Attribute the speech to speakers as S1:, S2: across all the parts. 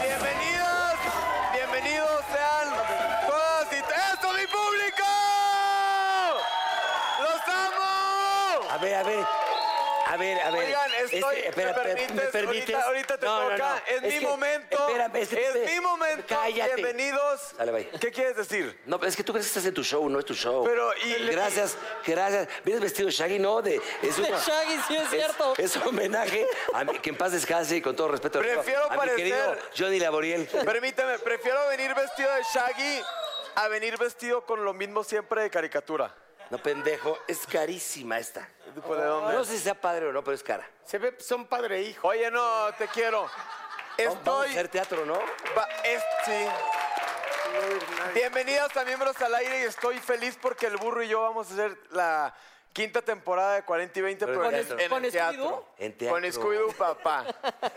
S1: Bienvenidas, bienvenidos sean todas y ¡Eso, mi público! ¡Los amo!
S2: A ver, a ver. A ver, a ver.
S1: Oigan, estoy,
S2: Este,
S1: ¿me permites? Ahorita, ahorita te toca, es, mi
S2: que-
S1: momento,
S2: espérame, es, que-
S1: mi momento,
S2: Cállate.
S1: bienvenidos.
S2: Dale, vaya.
S1: ¿Qué quieres decir?
S2: No, pero es que tú crees que estás en tu show, no es tu show.
S1: Pero, y-
S2: Gracias, gracias. Vienes vestido de Shaggy, no, de... Es una-
S3: Shaggy, sí, es cierto.
S2: Es un homenaje a mi- que en paz descanse y con todo respeto.
S1: Prefiero
S2: a mi
S1: parecer-
S2: querido Johnny Laboriel.
S1: Permíteme, prefiero venir vestido de Shaggy a venir vestido con lo mismo siempre de caricatura.
S2: No, pendejo, es carísima esta.
S1: Pues, ¿de dónde?
S2: No sé si sea padre o no, pero es cara.
S4: Se ve, son padre e hijo.
S1: Oye, no, te quiero.
S2: Vamos a
S1: Estoy...
S2: hacer teatro, ¿no?
S1: Va- es- sí. este. Bienvenidos a Miembros al Aire y estoy feliz porque el burro y yo vamos a hacer la quinta temporada de 40 y 20, pero,
S2: Pero en
S1: en,
S2: teatro.
S1: en
S3: ¿Con
S1: el teatro.
S2: Scooby-Doo? En teatro.
S1: Con Scooby-Doo, papá.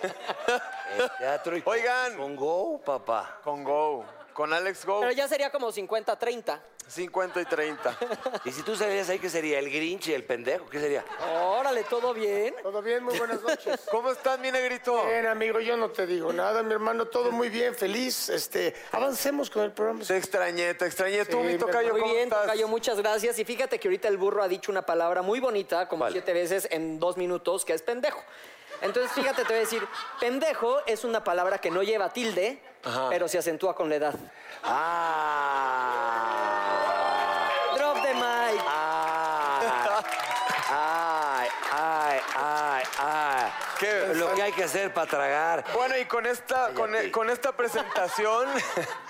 S2: En Teatro y con-
S1: Oigan.
S2: Con Go, papá.
S1: Con Go. Con Alex Go.
S3: Pero ya sería como 50, 30.
S1: 50 y 30.
S2: Y si tú salías ahí, ¿qué sería? ¿El Grinch y el pendejo? ¿Qué sería?
S3: Órale, ¿todo bien?
S4: Todo bien, muy buenas noches.
S1: ¿Cómo estás, mi negrito?
S4: Bien, amigo, yo no te digo nada, mi hermano, todo muy bien, feliz. Este, avancemos con el programa.
S1: Te extrañé, te extrañé. Tú, mi tocayo,
S3: Muy
S1: ¿cómo
S3: bien,
S1: estás?
S3: Tocayo, muchas gracias. Y fíjate que ahorita el burro ha dicho una palabra muy bonita, como
S2: ¿Cuál?
S3: siete veces en dos minutos, que es pendejo. Entonces, fíjate, te voy a decir, pendejo es una palabra que no lleva tilde, pero se acentúa con la edad.
S2: ¡Ah!
S3: Drop the mic.
S2: ¡Ah! ¡Ay, ay, ay, ay!
S1: ¿Qué?
S2: Lo que hay que hacer para tragar.
S1: Bueno, y con esta, con, e,
S2: Cállate.
S1: con esta presentación,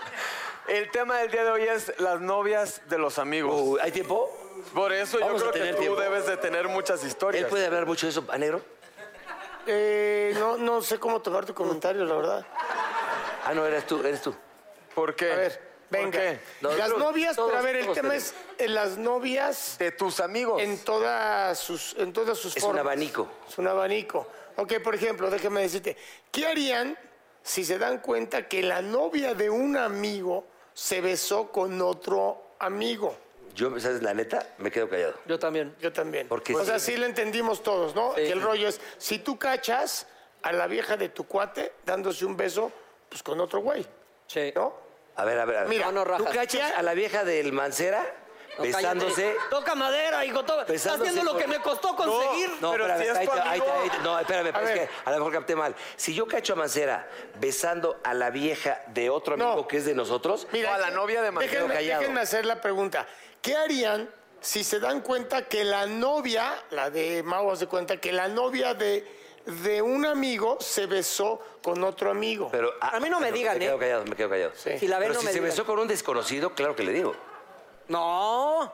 S1: el tema del día de hoy es las novias de los amigos.
S2: Uh, ¿Hay tiempo?
S1: Por eso yo
S2: Vamos a
S1: creo que
S2: tener
S1: tú
S2: tiempo.
S1: debes de tener muchas historias.
S2: ¿Él puede hablar mucho de eso, a negro?
S4: Eh, no, no sé cómo tomar tu comentario, la verdad.
S2: Ah, no, eres tú, eres tú.
S1: ¿Por qué?
S4: A ver, venga.
S1: ¿Por qué?
S2: No,
S4: las
S2: todos-
S4: novias, pero a ver, el
S2: todos
S4: tema
S2: tenemos.
S4: es eh, las novias
S1: De tus amigos.
S4: en todas sus, en todas sus
S2: Es un
S4: formas.
S2: abanico.
S4: Es un abanico. Ok, por ejemplo, déjame decirte, ¿qué harían si se dan cuenta que la novia de un amigo se besó con otro amigo?
S2: Yo, ¿sabes la neta? Me quedo callado.
S3: Yo también.
S4: Yo también.
S2: Porque
S4: o
S2: sí.
S4: sea, sí lo entendimos todos, ¿no?
S3: Sí.
S4: Que el rollo es, si tú cachas a la vieja de tu cuate dándose un beso, pues con otro güey,
S3: Sí.
S4: ¿no?
S2: A ver, a ver, a ver.
S4: Mira,
S3: No, no,
S2: ¿Tú
S3: rajas.
S2: cachas a la vieja del Mancera
S3: No,
S2: besándose?
S3: cállate. eh, Toca madera, hijo. toca- Estás
S2: Besándose
S3: viendo lo
S2: con-
S3: que me costó conseguir.
S2: No,
S1: Pero
S2: espérame,
S1: si es
S2: ahí
S1: tu
S2: te- ahí te-
S1: amigo.
S2: ahí te- no, espérame, pero es
S4: ver.
S2: que a lo mejor capté mal. Si yo cacho a Mancera besando a la vieja de otro
S4: No.
S2: amigo que es de nosotros,
S4: Mira,
S1: O a la novia de Mateo
S4: déjenme,
S2: Callado.
S4: déjenme hacer la pregunta. ¿Qué harían si se dan cuenta que la novia, la de Mau, se cuenta que la novia de, de un amigo se besó con otro amigo?
S2: pero...
S3: A mí no me
S2: pero
S3: digan,
S2: Me quedo
S3: ¿eh?
S2: callado, me quedo callado.
S4: Sí.
S3: Si la ven,
S2: pero
S3: no
S2: si
S3: me
S2: se
S3: digan.
S2: besó con un desconocido, claro que le digo.
S3: No,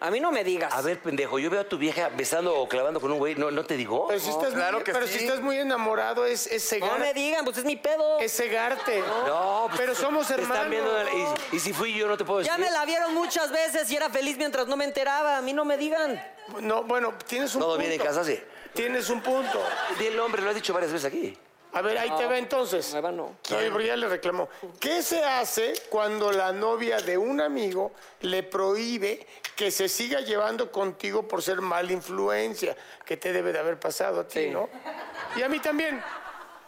S3: a mí no me digas.
S2: A ver, pendejo, yo veo a tu vieja besando o clavando con un güey, ¿no, no te digo?
S4: Pero si estás,
S1: claro
S4: muy,
S1: que
S4: pero
S1: sí.
S4: si estás muy enamorado es, es cegar-
S3: no me digan, pues es mi pedo.
S4: es cegarte.
S2: No, pues,
S4: pero somos
S2: te
S4: hermanos.
S2: Están viendo, y, y si fui yo, no te puedo decir.
S3: Ya me la vieron muchas veces y era feliz mientras no me enteraba. A mí no me digan.
S4: No, bueno, tienes un
S2: Todo
S4: punto.
S2: bien en casa, sí.
S4: Tienes un punto.
S2: Di el nombre, lo has dicho varias veces aquí.
S4: A ver, ahí te va entonces.
S3: Nueva no.
S4: Oye, pero ya le reclamó. ¿Qué se hace cuando la novia de un amigo le prohíbe que se siga llevando contigo por ser mala influencia? Que te debe de haber pasado a ti,
S3: Sí.
S4: ¿no? Y a mí también.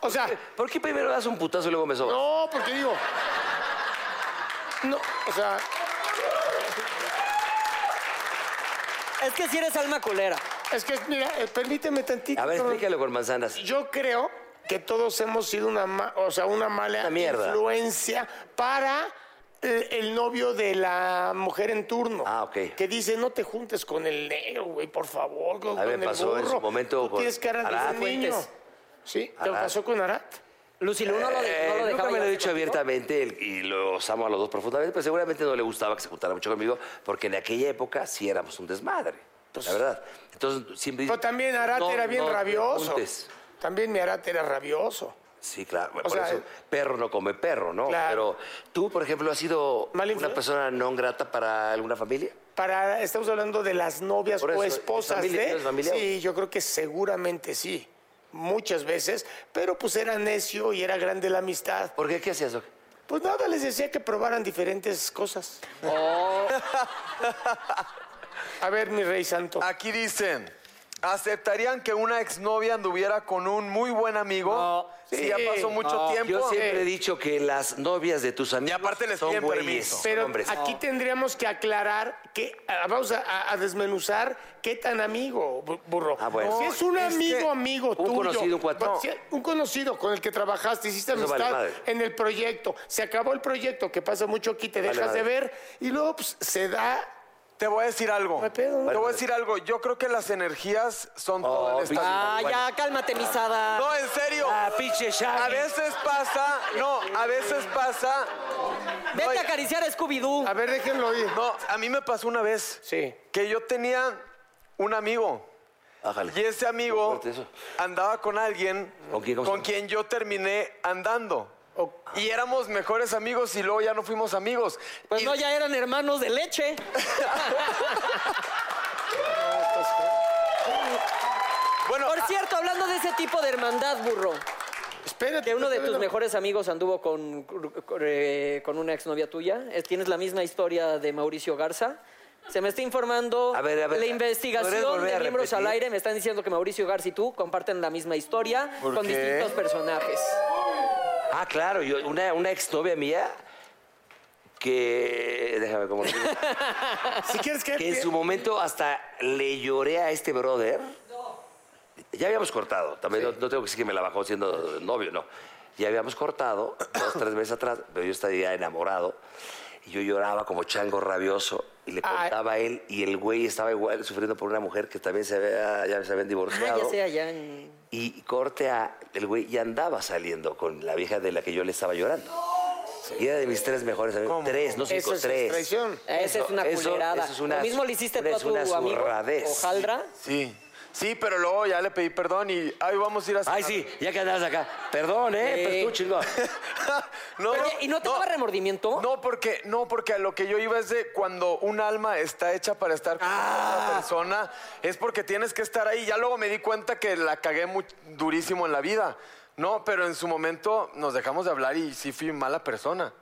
S4: O sea,
S2: ¿Por qué primero das un putazo y luego me sobas?
S4: no, porque digo. No, o sea,
S3: Es que si eres alma culera.
S4: es que, mira, eh, permíteme tantito.
S2: A ver,
S4: cabrón.
S2: explícalo con manzanas.
S4: Yo creo que todos hemos sido una, ma- o sea, una mala
S2: Una mierda.
S4: influencia para eh, el novio de la mujer en turno.
S2: Ah, ok.
S4: Que dice, no te juntes con el negro, güey, por favor, con,
S2: A mí me
S4: con el
S2: pasó en su
S4: burro.
S2: momento
S4: Tú
S2: con
S4: tienes cara de
S2: Arat.
S4: un niño.
S3: Fuentes.
S4: ¿Sí? ¿Te
S2: Arat.
S4: pasó con Arat?
S3: Lucy Lu no lo, de- no lo
S2: Eh,
S3: dejaba.
S2: nunca me lo he
S3: llevarse
S2: dicho
S3: contigo.
S2: abiertamente el- y los amo a los dos profundamente, pero seguramente no le gustaba que se juntara mucho conmigo porque en aquella época sí éramos un desmadre, la verdad. Entonces siempre dice,
S4: Pero también Arat
S2: "No,
S4: era bien
S2: no te
S4: rabioso.
S2: juntes".
S4: También mi Arat era rabioso.
S2: Sí, claro.
S4: O
S2: por
S4: sea,
S2: eso,
S4: eh,
S2: perro no come perro, ¿no?
S4: Claro.
S2: Pero tú, por ejemplo, has sido
S4: Mala
S2: una
S4: influencia.
S2: persona no grata para alguna familia.
S4: Para, estamos hablando de las novias o
S2: Por eso, ¿es
S4: esposas
S2: familia?
S4: de.
S2: ¿Es familia?
S4: Sí, yo creo que seguramente sí. Muchas veces, pero pues era necio y era grande la amistad.
S2: ¿Por qué? ¿Qué hacías? o qué?
S4: Pues nada, les decía que probaran diferentes cosas.
S2: Oh.
S4: A ver, mi rey santo.
S1: Aquí dicen, ¿aceptarían que una exnovia anduviera con un muy buen amigo? Sí,
S4: Sí.
S1: ya pasó mucho
S5: Ah,
S1: tiempo.
S2: Yo siempre he dicho que las novias de tus amigos
S1: aparte les
S2: son
S1: piden
S2: güeyes,
S1: permiso.
S2: son
S4: Pero
S2: hombres.
S4: aquí tendríamos que aclarar que ah, vamos a- a, a desmenuzar qué tan amigo, bu- burro.
S2: Ah, bueno.
S4: Si es un
S1: es
S4: amigo,
S1: que
S4: amigo
S2: un
S4: tuyo.
S2: conocido, un cuate.
S4: si- un conocido con el que trabajaste, hiciste
S2: Eso vale
S4: amistad
S2: madre.
S4: en el proyecto. Se acabó el proyecto, que pasa mucho aquí, te
S2: Vale
S4: dejas de
S2: madre.
S4: ver y luego pues, se da.
S1: Te voy a decir algo.
S4: hay pedo, ¿no?
S1: Te voy a decir algo. Yo creo que las energías
S2: Oh,
S1: son todo en esta
S2: pinche-
S1: vida.
S3: Ah, ya, cálmate, misada.
S1: No, en serio.
S2: Ah, pinche Shaggy.
S1: A veces pasa, no, a veces pasa.
S3: Vete
S1: No,
S3: a acariciar a
S2: Ah,
S3: Scooby-Doo.
S4: A ver, déjenlo ir.
S1: No, a mí me pasó una vez
S4: Sí.
S1: que yo tenía un amigo
S2: Ájale.
S1: y ese amigo
S2: Fuerte eso.
S1: andaba con alguien
S2: ¿Con quién? ¿Cómo se llama?
S1: quien yo terminé andando.
S4: Ok.
S1: Y éramos mejores amigos y luego ya no fuimos amigos.
S3: Pues
S1: Y-
S3: no, ya eran hermanos de leche.
S1: Bueno, ah,
S3: Por
S1: a-
S3: cierto, hablando de ese tipo de hermandad, burro,
S4: Espérate.
S3: que uno de
S4: espérate,
S3: tus
S4: no.
S3: mejores amigos anduvo con, con, eh, con una exnovia tuya. Eh, Tienes la misma historia de Mauricio Garza. Se me está informando
S2: A ver, a ver,
S3: la
S2: ¿podrías
S3: investigación
S2: volver
S3: de
S2: a
S3: miembros al
S2: repetir?
S3: aire. Me están diciendo que Mauricio Garza y tú comparten la misma historia
S1: ¿Por
S3: con
S1: qué?
S3: distintos personajes.
S2: Ah, claro, yo, una, una exnovia mía que. Déjame cómo lo digo.
S4: Si quieres que.
S2: que en su momento hasta le lloré a este brother. Ya habíamos cortado, también no, no tengo que decir que me la bajó siendo novio, no. Ya habíamos cortado, dos, tres meses atrás, pero yo estaba ya enamorado. Y yo lloraba como chango rabioso y le
S4: Ay.
S2: contaba a él y el güey estaba igual sufriendo por una mujer que también se había, ya se habían
S3: Ah,
S2: divorciado.
S3: ya sea, ya. en-
S2: Y corte a. El güey ya andaba saliendo con la vieja de la que yo le estaba llorando. Y era de mis tres mejores amigos. Tres, no cinco,
S4: Eso es
S2: tres.
S4: traición.
S3: Esa es una
S2: eso-
S3: culerada.
S2: eso es una-
S3: Lo mismo le hiciste
S2: una-
S3: tú a
S2: es una
S3: tu amigo,
S2: zurradez.
S3: Ojaldra.
S1: sí. Sí, pero luego ya le pedí perdón y ahí vamos a ir a
S2: Ay, sí, ya que andabas acá. Perdón, ¿eh?
S3: Sí.
S2: Pero tú, chingón.
S1: no,
S3: Oye, ¿y no te daba remordimiento?
S1: No, porque, no, porque a lo que yo iba es de cuando un alma está hecha para estar con otra persona, es porque tienes que estar ahí. Ya luego me di cuenta que la cagué muy durísimo en la vida. No, pero en su momento nos dejamos de hablar y sí fui mala persona.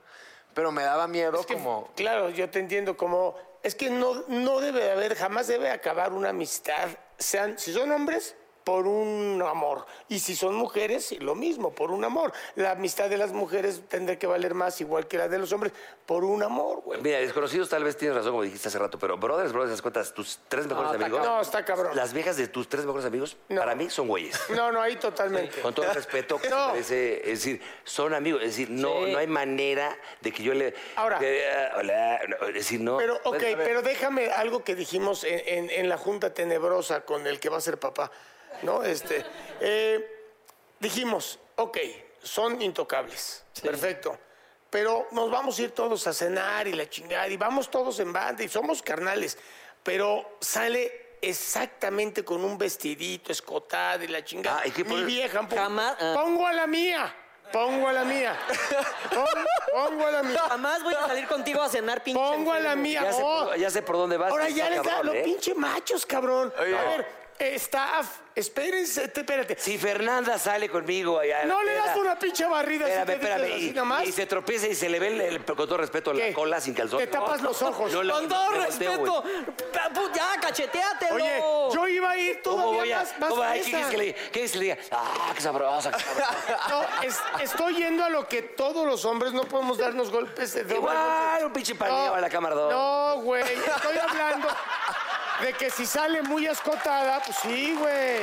S1: Pero me daba miedo
S4: Es que,
S1: como...
S4: Claro, yo te entiendo como... Es que no, no debe de haber, jamás debe acabar una amistad. Sean, si son hombres, por un amor. Y si son mujeres, lo mismo, por un amor. La amistad de las mujeres tendrá que valer más, igual que la de los hombres, por un amor, güey.
S2: Mira, desconocidos tal vez tienes razón, como dijiste hace rato, pero brothers, brothers, ¿las cuentas? Tus tres mejores
S3: está
S2: amigos.
S4: cabrón. No, está cabrón.
S2: Las viejas de tus tres mejores amigos,
S4: No.
S2: para mí, son güeyes.
S4: No, no, ahí totalmente.
S2: Con todo el respeto, que
S4: No.
S2: se merece, es decir, son amigos, es decir, no,
S3: Sí.
S2: no hay manera de que yo le...
S4: Ahora.
S2: de- ah, hola, no, es decir, no...
S4: Pero, ok,
S2: Bueno, Pues, a ver,
S4: pero déjame algo que dijimos en, en- en la junta tenebrosa con el que va a ser papá, ¿no? Este, eh, dijimos, ok, son intocables, perfecto, pero nos vamos a ir todos a cenar y la chingada, y vamos todos en banda y somos carnales, pero sale exactamente con un vestidito escotado y la chingada.
S2: Ah, ¿y qué
S4: Mi
S2: poner?
S4: vieja, pon-
S3: Jamás, ah.
S4: pongo a la mía, pongo a la mía, Pon- pongo a la mía.
S3: Jamás voy a salir contigo a cenar pinche.
S4: Pongo a la
S3: enfermo.
S4: mía.
S2: Ya, sé
S4: no.
S2: por, ya sé por dónde vas.
S4: Ahora
S2: está
S4: ya les da
S2: cabrón,
S4: los
S2: ¿eh?
S4: pinche machos, cabrón.
S1: Oye.
S4: a ver, Está. af- Espérense, te- espérate.
S2: Si Fernanda sale conmigo allá.
S4: No le das una pinche barrida así
S2: Espérame,
S4: que dices
S2: espérame.
S4: así
S2: Y,
S4: nomás.
S2: y se tropieza y se le ve, el- el- con todo respeto,
S4: ¿Qué?
S2: la cola sin calzón.
S4: Te tapas los ojos.
S2: No, la-
S3: Con todo
S2: me volteo,
S3: respeto.
S2: güey.
S3: pa- pu- Ya, cacheteátelo.
S4: Oye, yo iba a ir
S2: ¿Cómo
S4: todavía
S2: voy a.?
S4: más, más
S2: cómo- ay, ¿Qué
S4: fresa.
S2: quieres que le diga? ¿Qué quieres que le diga? Ah, qué sabrosa, qué sabrosa.
S4: No, eh, es- estoy yendo a lo que todos los hombres no podemos darnos golpes de doble
S2: Igual,
S4: golpe.
S2: un pinche paneo a la cámara dos.
S4: pues, No, güey, estoy hablando de que si sale muy escotada, pues sí, güey.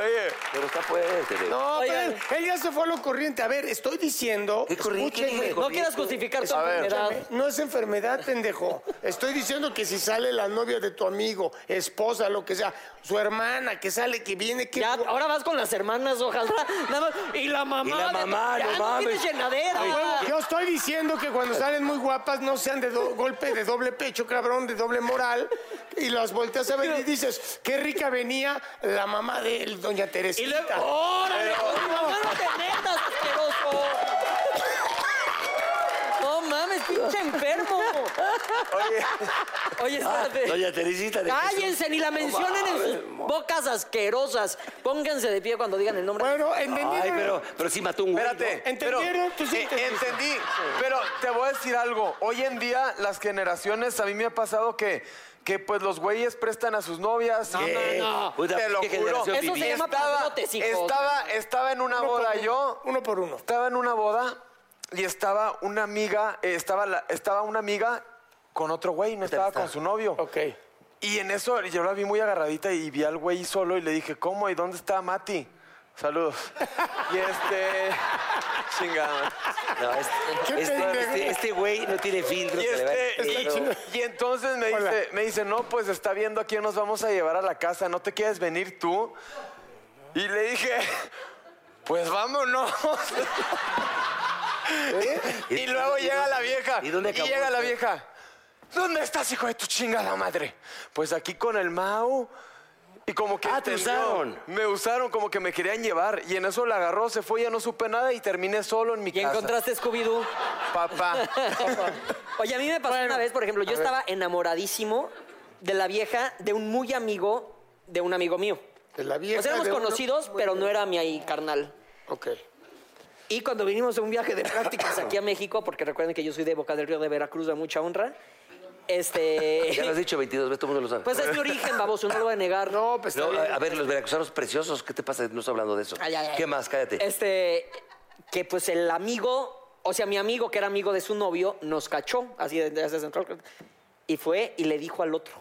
S1: Oye,
S2: Pero está fuerte, güey.
S4: No,
S3: Oigan.
S4: pero él ya se fue a lo corriente. A ver, estoy diciendo,
S2: ¿Qué corriente? ¿Qué
S4: escúchenme,
S2: dijo?
S3: No quieras justificar tu
S1: A ver.
S3: enfermedad.
S4: No es enfermedad, pendejo. Estoy diciendo que si sale la novia de tu amigo, esposa, lo que sea, su hermana, que sale, que viene, que...
S3: Ya, ahora vas con las hermanas, ojalá. Nada más. Y la mamá.
S2: Y la
S3: de-
S2: mamá,
S3: ya,
S2: no
S3: tienes
S2: mames.
S3: llenadera.
S4: Yo estoy diciendo que cuando salen muy guapas no sean de do- golpe de doble pecho, cabrón, de doble moral. Y las volteas a ver y dices, qué rica venía la mamá de el- doña
S3: Y luego,
S4: Teresita.
S3: órale, con tu mamá no te metas, asqueroso. No mames, pinche enfermo.
S1: oye.
S3: Oye, espérate.
S2: Doña Teresita de
S3: Cállense, ni la mencionen en
S2: mames,
S3: sus bocas asquerosas. Pónganse de pie cuando digan el nombre.
S4: Bueno,
S2: Jesús.
S4: ¿entendieron?
S2: Ay, pero, pero sí mató un güey.
S1: Espérate.
S4: ¿Entendieron?
S1: Pero,
S4: Tú sí
S1: eh,
S4: entendiste.
S1: entendí. Pero te voy a decir algo. Hoy en día, las generaciones, a mí me ha pasado que, que pues los güeyes prestan a sus novias.
S3: No,
S1: Eh,
S3: no, no.
S2: Puta,
S1: Te lo
S2: ¿qué
S1: juro.
S2: generación
S3: Eso se
S2: viví?
S3: llama
S1: estaba,
S3: padrotes, hijos.
S1: estaba, estaba en una
S4: Uno por
S1: boda
S4: uno.
S1: yo.
S4: Uno por uno.
S1: Estaba en una boda y estaba una amiga, eh, estaba, la- estaba una amiga con otro güey, no estaba con su novio.
S4: Ok.
S1: Y en eso yo la vi muy agarradita y vi al güey solo y le dije, ¿cómo? ¿Y dónde está Mati? Saludos. Y este. Chingada.
S2: No, este,
S4: ¿Qué
S2: este-
S4: pendejo?
S2: este- este güey no tiene filtro.
S1: Y,
S2: se le va
S1: este-
S2: el
S1: y-
S2: pelo.
S1: y entonces me
S4: Hola.
S1: dice, me dice, no, pues está viendo a quién nos vamos a llevar a la casa, ¿no te quieres venir tú? Y le dije, pues vámonos. y luego llega la vieja.
S2: ¿Y dónde acabó
S1: llega la
S2: esto?
S1: vieja. ¿Dónde estás, hijo de tu chingada madre? Pues aquí con el Mau. Y como que
S2: Ah, te
S1: entendió.
S2: usaron.
S1: Me usaron, como que me querían llevar. Y en eso la agarró, se fue, ya no supe nada y terminé solo en mi
S3: Y
S1: casa.
S3: encontraste Scooby-Doo.
S1: Papá.
S3: Oye, a mí me pasó una vez, por ejemplo, yo estaba enamoradísimo de la vieja de un muy amigo de un amigo mío.
S4: De la vieja
S3: O sea, éramos
S4: de uno-
S3: conocidos, pero no era mi ahí carnal.
S4: Ok.
S3: Y cuando vinimos de un viaje de prácticas aquí a México, porque recuerden que yo soy de Boca del Río de Veracruz, a mucha honra,
S2: Ya lo has
S3: este...
S2: dicho 22 veces, todo el mundo lo sabe.
S3: Pues es mi origen, baboso, no lo voy a negar.
S4: No, pues
S2: No,
S4: está bien.
S2: a, a ver, los veracruzanos preciosos, ¿qué te pasa? No estoy hablando de eso.
S3: Ay, ay, ay.
S2: ¿Qué más? Cállate.
S3: Este, que pues el amigo, o sea, mi amigo que era amigo de su novio, nos cachó, así desde central, y fue y le dijo al otro.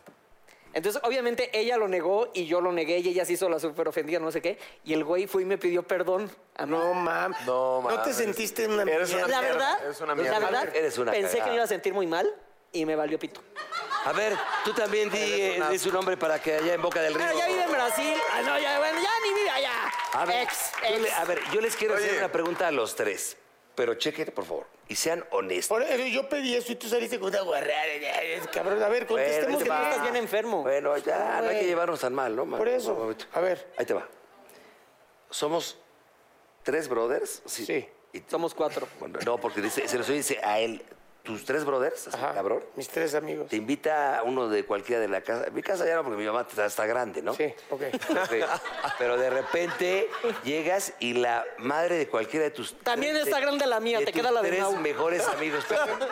S3: Entonces, obviamente, ella lo negó y yo lo negué y ella se hizo la súper ofendida, no sé qué, y el güey fue y me pidió perdón. a mí.
S4: No, mam.
S3: ah,
S1: No,
S4: No te
S1: mames.
S4: sentiste una
S1: Eres una
S4: mierda?
S1: mierda,
S3: la verdad,
S1: eres una
S3: la
S1: mierda.
S3: verdad,
S2: Eres una
S3: pensé que
S2: cagada.
S3: me iba a sentir muy mal y me valió pito.
S2: A ver, tú también di, eh, di su nombre para que allá en Boca del Río.
S3: Pero ya vive en Brasil. Ah, no, ya, bueno, ya ni vive allá.
S2: A ver,
S3: Ex,
S2: yo
S3: ex.
S2: le- a ver, yo les quiero hacer
S1: Oye.
S2: una pregunta a los tres, pero chequen, por favor, y sean honestos.
S4: Por eso yo pedí eso y tú saliste con una guarrada. Cabrón, a ver, contestemos.
S2: ahí te
S4: en
S2: va.
S4: esta-
S3: Estás bien enfermo.
S2: Bueno, ya, no hay que
S4: Güey.
S2: llevarnos tan mal, ¿no? man?
S4: Por eso.
S2: Un momento.
S4: A ver.
S2: Ahí te va. Somos tres brothers. Sí. Y-
S3: Somos cuatro.
S2: bueno, no, porque dice- se los dice a él, tus tres brothers, así,
S4: Ajá,
S2: cabrón.
S4: Mis tres amigos.
S2: Te invita a uno de cualquiera de la casa. Mi casa ya no, porque mi mamá está, está grande, ¿no?
S4: Sí, ok.
S2: Ok. Pero de repente llegas y la madre de cualquiera de tus.
S3: También
S2: de-
S3: está grande la mía,
S2: de
S3: te
S2: tus
S3: queda la de
S2: tres
S3: Mau.
S2: mejores amigos.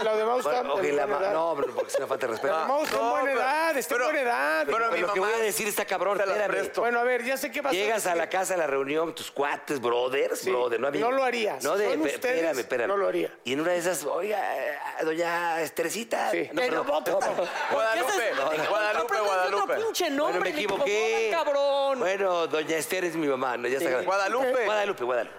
S4: La de Mau está
S2: Ok,
S4: en
S2: la
S4: buena
S2: ma-
S4: edad.
S2: No, pero porque es una falta de respeto.
S4: Mau está en
S1: No,
S4: buena
S1: pero-
S4: edad, está en
S1: pero-
S4: buena edad.
S1: pero
S3: Pues
S2: Pero
S1: mi
S2: lo que
S1: mamá
S2: voy a decir está cabrón,
S1: te la
S2: espérame.
S1: presto.
S4: Bueno, a ver, ya sé qué pasó.
S2: Llegas a la casa, a la reunión, tus cuates, brothers, brother, no había.
S4: no lo haría. Si
S2: No, de,
S4: son
S2: pe-
S4: ustedes,
S2: espérame, espérame.
S4: no lo haría.
S2: Y en una de esas, oiga, eh, doña Esterecita.
S4: Sí.
S2: No,
S4: Pero
S2: perdón, no, perdón.
S1: Guadalupe, Guadalupe,
S3: Cómprate
S1: Guadalupe.
S3: otro pinche nombre,
S2: Bueno, me
S3: ni
S2: equivoqué.
S3: como, cabrón.
S2: Bueno, doña Esther es mi mamá, no, ya está.
S1: Guadalupe.
S2: Guadalupe, Guadalupe.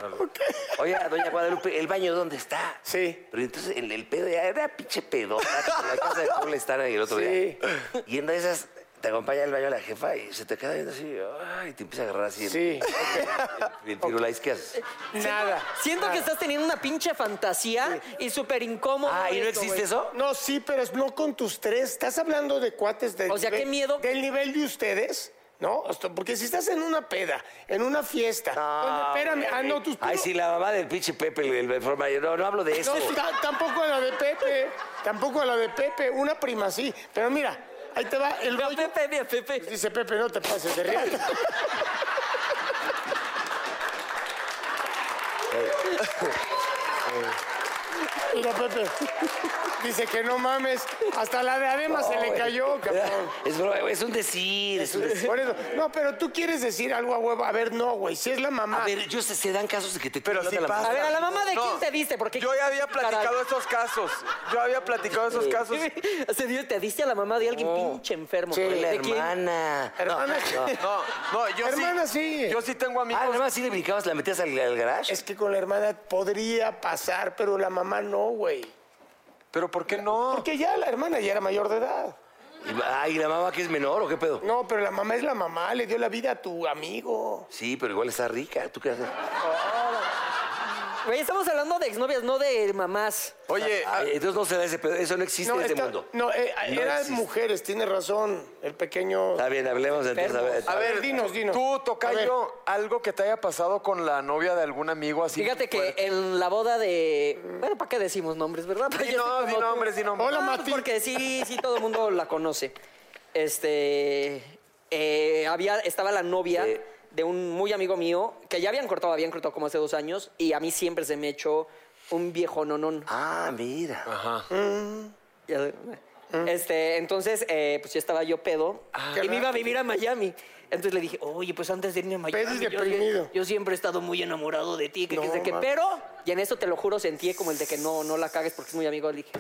S2: Oiga, doña Guadalupe, ¿el baño dónde está?
S4: Sí.
S2: Pero entonces el, el pedo ya era pinche pedo. La casa de Paula está ahí el otro
S4: Sí.
S2: día. Y en una de esas te acompaña al baño la jefa y se te queda viendo así, ay, y te empieza a agarrar así. el-
S4: Sí.
S2: El, el pirulais que haces.
S4: Nada.
S3: Siento que estás teniendo una pinche fantasía y súper incómodo.
S2: Ah, ¿y no
S3: esto,
S2: existe
S3: güey.
S2: eso?
S4: No, sí, pero es no con tus tres. Estás hablando de cuates del
S3: O sea,
S4: nivel-
S3: qué miedo.
S4: Del nivel de ustedes, ¿no? Hasta- Porque si estás en una peda, en una fiesta. donde- espérame, ah, no, tus. tú
S2: Ay,
S4: no-
S2: sí, la mamá del pinche Pepe, el, el, formayo. No, no hablo de eso.
S4: No, ta- tampoco a la de Pepe. Tampoco a la de Pepe. Una prima sí. Pero mira, Ahí te va el
S3: Mira,
S4: rollo.
S3: Pepe, mira, Pepe.
S4: Dice Pepe, no te pases de real. Mira, Pepe. Dice que no mames. Hasta la diadema se le cayó, cabrón.
S2: Es, broma, es un decir, es un decir.
S4: Por eso. No, pero tú quieres decir algo a huevo. A ver, no, güey. Si es la mamá.
S2: A ver, yo sé, se dan casos de que te
S1: Pero
S2: tiran
S1: sí
S2: de la
S1: pasa.
S3: A ver, a la mamá de quién te diste, porque
S1: Yo ya había platicado esos casos. Yo había platicado esos casos.
S3: Se dio- te diste a la mamá de alguien pinche enfermo.
S2: Sí,
S3: güey.
S2: la
S3: ¿De quién?
S2: hermana.
S4: Hermana,
S1: No, no, yo
S4: Hermana,
S1: sí.
S4: sí.
S1: Yo sí tengo
S2: Ah,
S1: amigos.
S2: nada más sí le brincabas, la metías al, al garage.
S4: Es que con la hermana podría pasar, pero la mamá no, güey.
S1: Pero ¿por qué no?
S4: Porque ya la hermana ya era mayor de edad.
S2: Y- Ay, ¿y la mamá que es menor o qué pedo?
S4: No, pero la mamá es la mamá, le dio la vida a tu amigo.
S2: Sí, pero igual está rica. ¿Tú qué haces?
S3: Güey, estamos hablando de exnovias, no de mamás.
S1: Oye,
S2: Ah, entonces no se da ese pedo. Eso no existe en este
S4: esta-
S2: mundo.
S4: no, eh,
S2: No
S4: eran
S2: existe.
S4: mujeres, tiene razón. El pequeño.
S2: Está bien, hablemos entonces. A ver,
S4: A ver, dinos, dinos.
S1: tú,
S4: A
S1: Tocayo, algo que te haya pasado con la novia de algún amigo así.
S3: Fíjate que eh,
S1: fuerte.
S3: en la boda de. Bueno, ¿para qué decimos nombres, verdad? Para
S1: Di
S3: ya
S1: no,
S3: estoy
S1: di
S3: como tú.
S1: nombres, di nombres.
S4: Hola,
S3: Ah, pues
S4: Mati.
S3: Porque sí, sí, todo el mundo la conoce. Este. eh, había, estaba la novia
S2: Sí.
S3: de un muy amigo mío que ya habían cortado, habían cortado como hace dos años y a mí siempre se me echó un viejo nonón.
S2: Ah, mira.
S3: Ya- Este, entonces, eh, pues ya estaba yo pedo y me iba a vivir a Miami. Entonces le dije, oye, pues antes de irme a Miami,
S4: Pedo y
S3: yo- yo,
S4: deprimido.
S3: yo siempre he estado muy enamorado de ti, que
S4: No,
S3: quién sabe qué.
S4: mames.
S3: pero, y en eso te lo juro, sentí como el de que no, no la cagues porque es muy amigo. Le dije,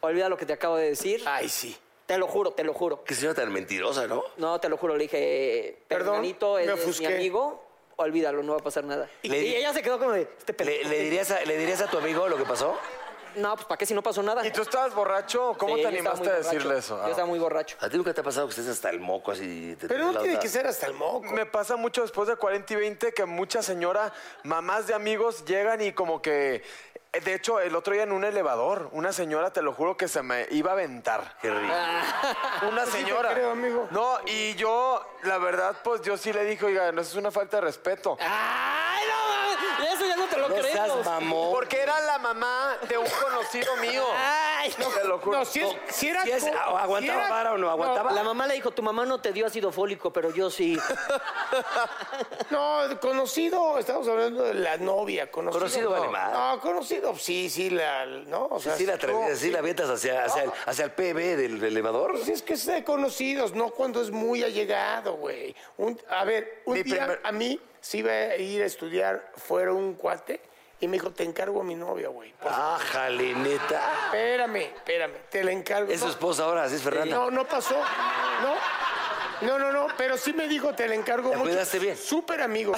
S3: olvida lo que te acabo de decir,
S4: Ay, sí.
S3: te lo juro, te lo juro.
S2: Qué señora tan mentirosa, ¿no?
S3: No, te lo juro, le dije,
S4: Perdón,
S3: perdonito,
S4: me
S3: es mi
S4: ofusqué.
S3: amigo, olvídalo, no va a pasar nada. Y,
S2: Le-
S3: y ella se quedó como de, este pedo.
S2: ¿Le, le dirías a, ¿Le dirías a tu amigo lo que pasó?
S3: No, pues para qué si no pasó nada.
S1: ¿Y tú estabas borracho? ¿Cómo
S3: Sí,
S1: te
S3: yo estaba muy
S1: animaste a decirle
S3: borracho.
S1: eso?
S3: Yo
S1: Ah.
S3: estaba muy borracho.
S2: ¿A ti nunca te ha pasado que estés hasta el moco así? Te
S4: Pero no
S2: la
S4: tiene
S2: onda?
S4: que ser hasta el moco.
S1: Me pasa mucho después de 40 y 20 que muchas señoras, mamás de amigos, llegan y como que. eh, De hecho, el otro día en un elevador, una señora, te lo juro que se me iba a aventar.
S2: Qué rico.
S4: Ah,
S1: Una
S4: te
S1: señora.
S4: creo, amigo.
S1: No, y yo, la verdad, pues yo sí le dije, oiga, no eso es una falta de respeto.
S4: Ah.
S3: ¡Ay, no mames! Eso ya no te lo
S2: No seas
S3: creemos.
S2: mamón.
S1: Porque era la mamá de un conocido mío.
S4: Ah.
S3: Ay, no.
S1: Te lo juro.
S4: No, si, es- si era.
S2: Si es-
S4: co-
S2: ¿aguantaba
S4: si era-
S2: vara o no aguantaba?
S3: La mamá le dijo, tu mamá no te dio ácido fólico, pero yo sí.
S4: No, conocido, estamos hablando de la novia, conocido.
S2: Conocido
S4: no.
S2: vale madre.
S4: No, conocido, sí, sí, la. ¿No? O
S2: Sí,
S4: sea,
S2: Pues sí la atreves,
S4: no,
S2: sí la avientas hacia, hacia, el, hacia el PB del, del elevador.
S4: Pues es que es de conocidos, no cuando es muy allegado, güey. Un- a ver, un
S1: Mi
S4: día
S1: primer-
S4: a mí sí iba a ir a estudiar fuera un cuate y me dijo, te encargo a mi novia, güey. Por-
S2: Ah, jale, neta.
S4: Espérame, espérame, te la encargo.
S2: Es su
S4: No,
S2: esposa ahora, así es Fernanda.
S4: No, no pasó. No. No, no, no, pero sí me dijo, te la encargo
S2: ¿La
S4: mucho.
S2: cuidaste bien?
S4: Súper amigo.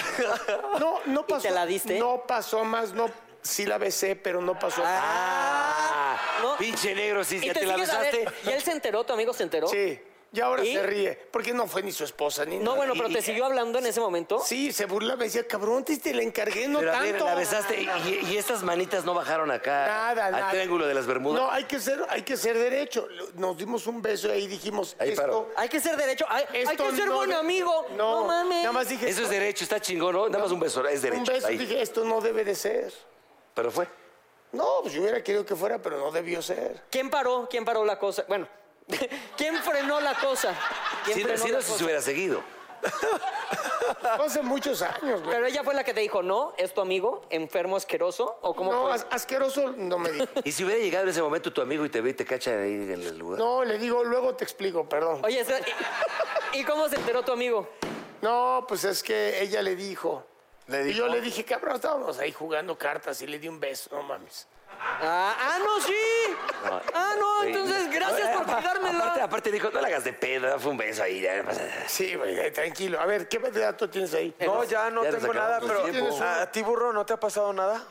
S4: No, no
S3: te
S4: pasó.
S3: la diste?
S4: No pasó más, no. Sí la besé, pero no pasó.
S2: Ah,
S3: No.
S2: pinche negro, si
S3: Y
S2: ya te, la
S3: sigues- a ver,
S2: besaste.
S3: ¿Y él se enteró, tu amigo se enteró?
S4: Sí. Y ahora
S3: ¿Y?
S4: se ríe, porque no fue ni su esposa ni
S3: No,
S4: nada.
S3: bueno, pero te siguió hablando en ese momento.
S4: Sí, se burlaba y decía, cabrón, te, te la encargué, no
S2: Pero a ver,
S4: tanto.
S2: la besaste y, y- y estas manitas no bajaron acá
S4: Nada,
S2: al
S4: nada.
S2: triángulo de las Bermudas.
S4: No, hay que ser, hay que ser derecho. Nos dimos un beso y ahí dijimos,
S2: Ahí
S4: esto,
S2: paró.
S3: Hay que ser derecho, hay, hay
S4: esto
S3: que ser
S4: no
S3: buen
S4: de-
S3: amigo. No, mames.
S4: Nada más dije,
S2: Eso es derecho, está chingón, ¿no? Nada más un beso, es derecho.
S4: un beso,
S2: ahí.
S4: dije, esto no debe de ser.
S2: Pero fue.
S4: No, pues yo hubiera querido que fuera, pero no debió ser.
S3: ¿Quién paró? ¿Quién paró la cosa? Bueno, ¿quién frenó la cosa? ¿Quién
S2: Si no,
S3: frenó
S2: si no,
S3: la
S2: si
S3: cosa?
S2: se hubiera seguido.
S4: Fue Hace muchos años, güey.
S3: Pero ella fue la que te dijo, no, es tu amigo, enfermo, asqueroso, o cómo
S4: No,
S3: fue?
S4: as- asqueroso no me dijo.
S2: Y si hubiera llegado en ese momento tu amigo y te ve y te cacha ahí en el lugar.
S4: No, le digo, luego te explico, perdón.
S3: Oye, espera, ¿y, ¿y cómo se enteró tu amigo?
S4: No, pues es que ella le dijo.
S1: ¿Le
S4: Y yo
S1: dijo?
S4: le dije, cabrón, estábamos ahí jugando cartas y le di un beso, no mames.
S3: Ah, ah, no, sí. Ah, no, entonces gracias por
S2: Aparte,
S3: cuidármela.
S2: aparte dijo, no la hagas de pedo, fue un beso ahí. Ya, pues, no pasa nada.
S4: Sí, güey, eh, tranquilo. A ver, ¿qué dato tienes ahí?
S1: No, ya no
S2: Ya nos
S1: tengo
S2: acabamos
S1: nada,
S2: el
S1: pero.
S2: tiempo.
S1: ¿A a ti, burro, no te ha pasado nada?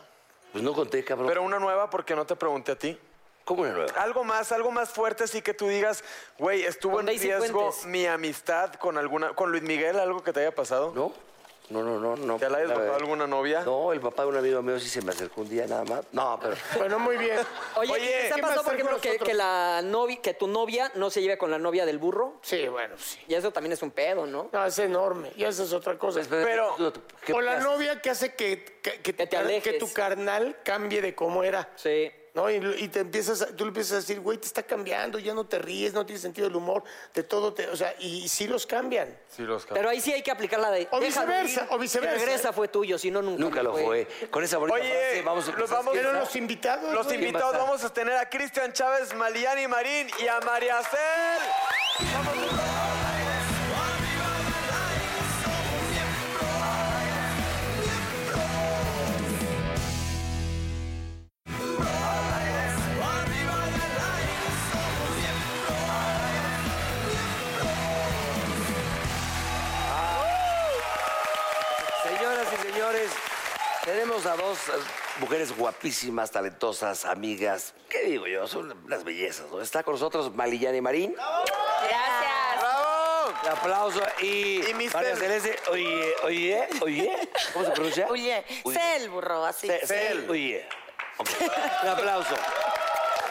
S2: Pues no conté, cabrón.
S1: Pero una nueva porque no te pregunté a ti.
S2: ¿Cómo una nueva?
S1: Algo más, algo más fuerte, así que tú digas, güey, estuvo
S3: Con
S1: en
S3: Daisy
S1: riesgo
S3: Fuentes.
S1: mi amistad con alguna, con Luis Miguel, algo que te haya pasado.
S2: No, no, no, no. no
S1: ¿Te la hayas tocado alguna novia?
S2: No, el papá de un amigo mío sí se me acercó un día nada más. No, pero.
S4: Bueno, muy bien.
S3: Oye,
S1: Oye,
S3: ¿y ¿te ha
S1: ¿qué
S3: pasado,
S4: más
S3: por ejemplo,
S4: tenemos
S3: que,
S4: nosotros?
S3: que la novia, que tu novia no se lleve con la novia del burro?
S4: Sí, bueno, sí.
S3: Y eso también es un pedo, ¿no?
S4: No, es enorme. Y esa es otra cosa.
S1: Pero-
S2: tú- tú- ¿qué
S4: o la
S2: pasa?
S4: novia que hace que, que, que
S3: Que te
S4: tu, car- que
S3: alejes.
S4: tu carnal cambie de cómo era.
S3: Sí.
S4: ¿no? Y, lo- y te empiezas, a- tú le empiezas a decir, güey, te está cambiando, ya no te ríes, no tienes sentido del humor, de todo, te, o sea, y, sí los cambian.
S1: Sí, los
S3: Pero ahí sí hay que aplicar la de.
S4: O
S3: déjalo
S4: viceversa,
S3: ir,
S4: o viceversa. ¿eh?
S3: Si regresa fue tuyo, si no, nunca,
S2: Nunca lo fue. Con esa bonita
S1: Oye,
S2: frase vamos a
S1: nos vamos-
S4: Pero
S1: ¿Quién
S4: los invitados,
S1: Los
S4: güey,
S1: invitados
S2: estar?
S1: vamos a tener a Cristian Chávez, Maliani Marín y a María Cel.
S2: Señoras y señores, tenemos a dos eh, mujeres guapísimas, talentosas, amigas. ¿Qué digo yo? Son las bellezas. ¿no? Está con nosotros Malillani Marín.
S3: Gracias.
S1: ¡Bravo!
S2: El aplauso y,
S1: Y Mr.
S2: María Celeste. Oye, oye, oye. ¿Cómo se pronuncia?
S6: Oye, sé el burro, así.
S2: Ce- Cel. Oye. Ok. Un aplauso.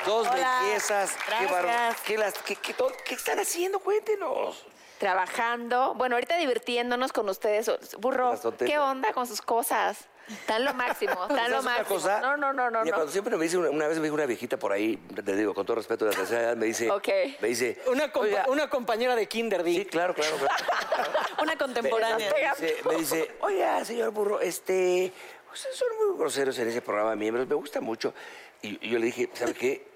S2: Dos
S6: Hola,
S2: bellezas. Qué
S6: gracias.
S2: bárbaro. ¿Qué, las- qué- qué to- qué están haciendo? Cuéntenos.
S7: Trabajando, bueno, ahorita divirtiéndonos con ustedes. Burro,
S2: Las tonterías.
S7: ¿qué onda con sus cosas? Están lo máximo, están lo
S2: ¿Sabes una
S7: máximo.
S2: cosa?
S7: No, no, no, no.
S2: Mira,
S7: no.
S2: cuando siempre me dice, una, una vez me dijo una viejita por ahí, te digo, con todo respeto de la tercera edad, me dice,
S7: Ok.
S2: me dice,
S3: Una, compa-
S2: "Oiga,
S3: una compañera de Kinder, di.
S2: sí, claro, claro, claro.
S6: Una contemporánea.
S2: Me dice, me dice, oiga, señor Burro, este, ustedes son muy groseros en ese programa, miembros, me gusta mucho. Y y yo le dije, ¿sabe qué?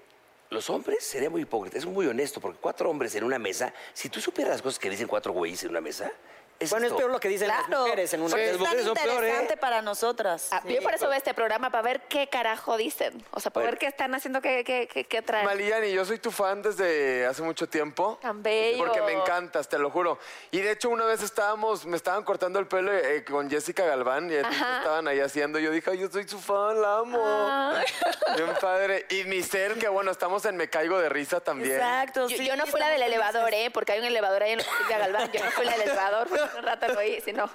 S2: Los hombres serían muy hipócritas, es muy honesto, porque cuatro hombres en una mesa, si tú supieras las cosas que dicen cuatro güeyes en una mesa, es
S3: Bueno, es
S2: esto.
S3: peor lo que dicen las
S6: Claro.
S3: mujeres en una
S6: Porque
S2: Sí.
S6: es tan
S2: mujeres son peores,
S6: interesante
S2: ¿eh?
S6: para nosotras.
S7: Ah, Yo por eso veo este programa, para ver qué carajo dicen. O sea, para
S2: Bueno.
S7: ver qué están haciendo, qué, qué, qué, qué traen.
S1: Maliani, yo soy tu fan desde hace mucho tiempo.
S7: Tan bello.
S1: Porque me encantas, te lo juro. Y de hecho, una vez estábamos, me estaban cortando el pelo eh, con Jessica Galván y estaban ahí haciendo. y Yo dije, ay, yo soy su fan, la amo.
S7: Ah.
S1: Bien padre. Y Michelle, que bueno, estamos en Me Caigo de Risa también.
S6: Exacto.
S7: Yo,
S6: sí,
S7: yo no fui la del
S6: estamos
S7: elevador,
S6: felices.
S7: ¿eh? Porque hay un elevador ahí en la Galván. Yo no fui la del elevador, por un rato lo oí, si no.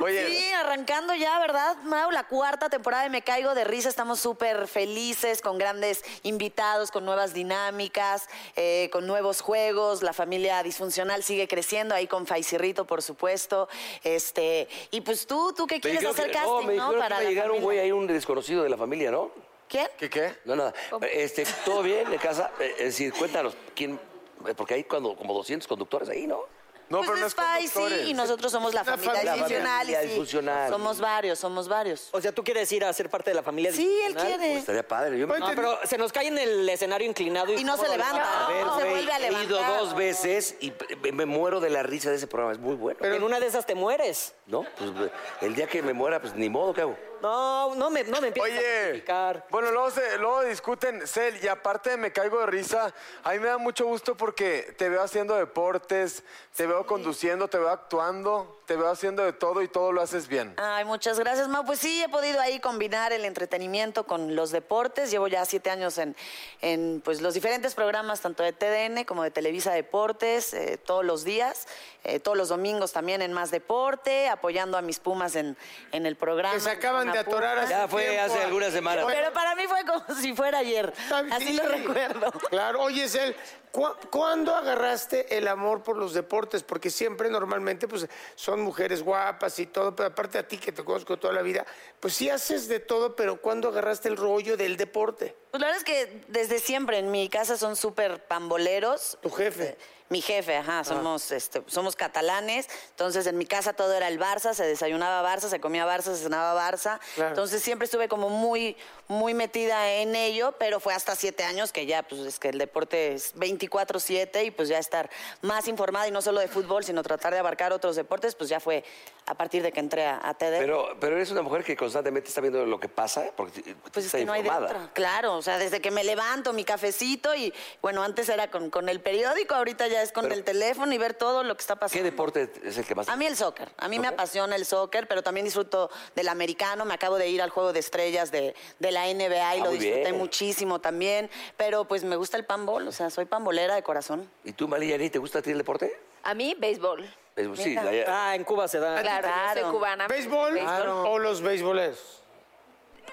S1: Oye,
S6: Sí, arrancando ya, ¿verdad, Mau? La cuarta temporada de Me Caigo de Risa. Estamos súper felices con grandes invitados, con nuevas dinámicas, eh, con nuevos juegos. La familia disfuncional sigue creciendo, ahí con Faisirrito, por supuesto. Este, y pues tú, ¿tú qué
S2: Me
S6: quieres
S2: dijeron
S6: hacer
S2: que-
S6: casting,
S2: no, me
S6: no?
S2: dijeron que iba a
S6: la
S2: llegar un
S6: familia?
S2: güey ahí, un desconocido de la familia, ¿no?
S6: ¿Quién?
S1: ¿qué qué?
S2: No, nada. Este, ¿Todo bien en casa? Eh, Es decir, cuéntanos, ¿quién? eh, Porque hay cuando, como 200 conductores ahí, ¿no?
S1: No,
S6: pues
S1: pero no
S6: es
S1: con
S6: Faisy
S1: doctores.
S6: y nosotros somos la, familia,
S2: familia
S6: disfuncional. y sí,
S2: disfuncional.
S6: Somos varios, somos varios.
S3: O sea, tú quieres ir a ser parte de la familia
S6: Sí, él
S3: disfuncional?
S6: quiere.
S2: Pues, Estaría padre. Yo me-
S3: No, pero se nos cae en el escenario inclinado y,
S6: Y no se
S3: ¿cómo lo
S6: levanta,
S2: A ver,
S6: no se
S2: güey,
S6: vuelve a
S2: he ido
S6: levantar.
S2: dos veces y me- me muero de la risa de ese programa. Es muy bueno.
S3: En una de esas te mueres.
S2: ¿No? Pues el día que me muera, pues ni modo, ¿qué hago?
S3: No, no me, no me empieces a
S1: Oye,
S3: criticar.
S1: bueno, luego, se- luego discuten, Cel, y aparte de me caigo de risa, a mí me da mucho gusto porque te veo haciendo deportes, te veo conduciendo, te veo actuando, te veo haciendo de todo y todo lo haces bien.
S6: Ay, muchas gracias, Mau. Pues sí, he podido ahí combinar el entretenimiento con los deportes. Llevo ya siete años en, en pues, los diferentes programas, tanto de TDN como de Televisa Deportes, eh, todos los días, eh, todos los domingos también en Más Deporte, apoyando a mis pumas en, en el programa.
S4: Que se acaban
S6: Una
S4: de atorar
S6: Puma.
S4: hace
S2: Ya fue
S4: tiempo.
S2: hace algunas semanas.
S4: Oye,
S6: Pero para mí fue como si fuera ayer. Así
S4: Sí.
S6: lo recuerdo.
S4: Claro, oye, Cel, ¿cu- ¿cuándo agarraste el amor por los deportes? Porque siempre, normalmente, pues son mujeres guapas y todo, pero aparte a ti que te conozco toda la vida, pues sí haces de todo, pero ¿cuándo agarraste el rollo del deporte?
S6: Pues la verdad es que desde siempre en mi casa son súper pamboleros.
S4: Tu jefe.
S6: Mi jefe,
S3: Ah.
S6: ajá, somos, este, somos catalanes, entonces en mi casa todo era el Barça, se desayunaba Barça, se comía Barça, se cenaba Barça,
S4: Claro.
S6: entonces siempre estuve como muy, muy metida en ello, pero fue hasta siete años que ya, pues es que el deporte es 24/7 y pues ya estar más informada y no solo de fútbol, sino tratar de abarcar otros deportes, pues ya fue a partir de que entré a, a TD.
S2: Pero, pero eres una mujer que constantemente está viendo lo que pasa porque
S6: Pues es
S2: está
S6: que no hay de
S2: informada.
S6: otra. Claro, o sea, desde que me levanto, mi cafecito y bueno, antes era con, con el periódico, ahorita ya es con el teléfono y ver todo lo que está pasando.
S2: ¿Qué deporte es el que más?
S6: A mí el soccer, a mí me
S2: ¿Soccer?
S6: apasiona el soccer, pero también disfruto del americano, me acabo de ir al juego de estrellas de, de la NBA y
S2: Ah,
S6: lo
S2: muy
S6: disfruté
S2: bien.
S6: muchísimo también, pero pues me gusta el panbol, o sea, soy panbolera de corazón.
S2: ¿Y tú, Maliyani, te gusta a ti el deporte?
S7: A mí, béisbol.
S2: Es- Sí, allá-
S3: Ah, en Cuba se da.
S7: Claro, yo
S6: Claro.
S7: soy cubana.
S4: ¿Béisbol Ah.
S7: Béisbol.
S4: o los beisboleros?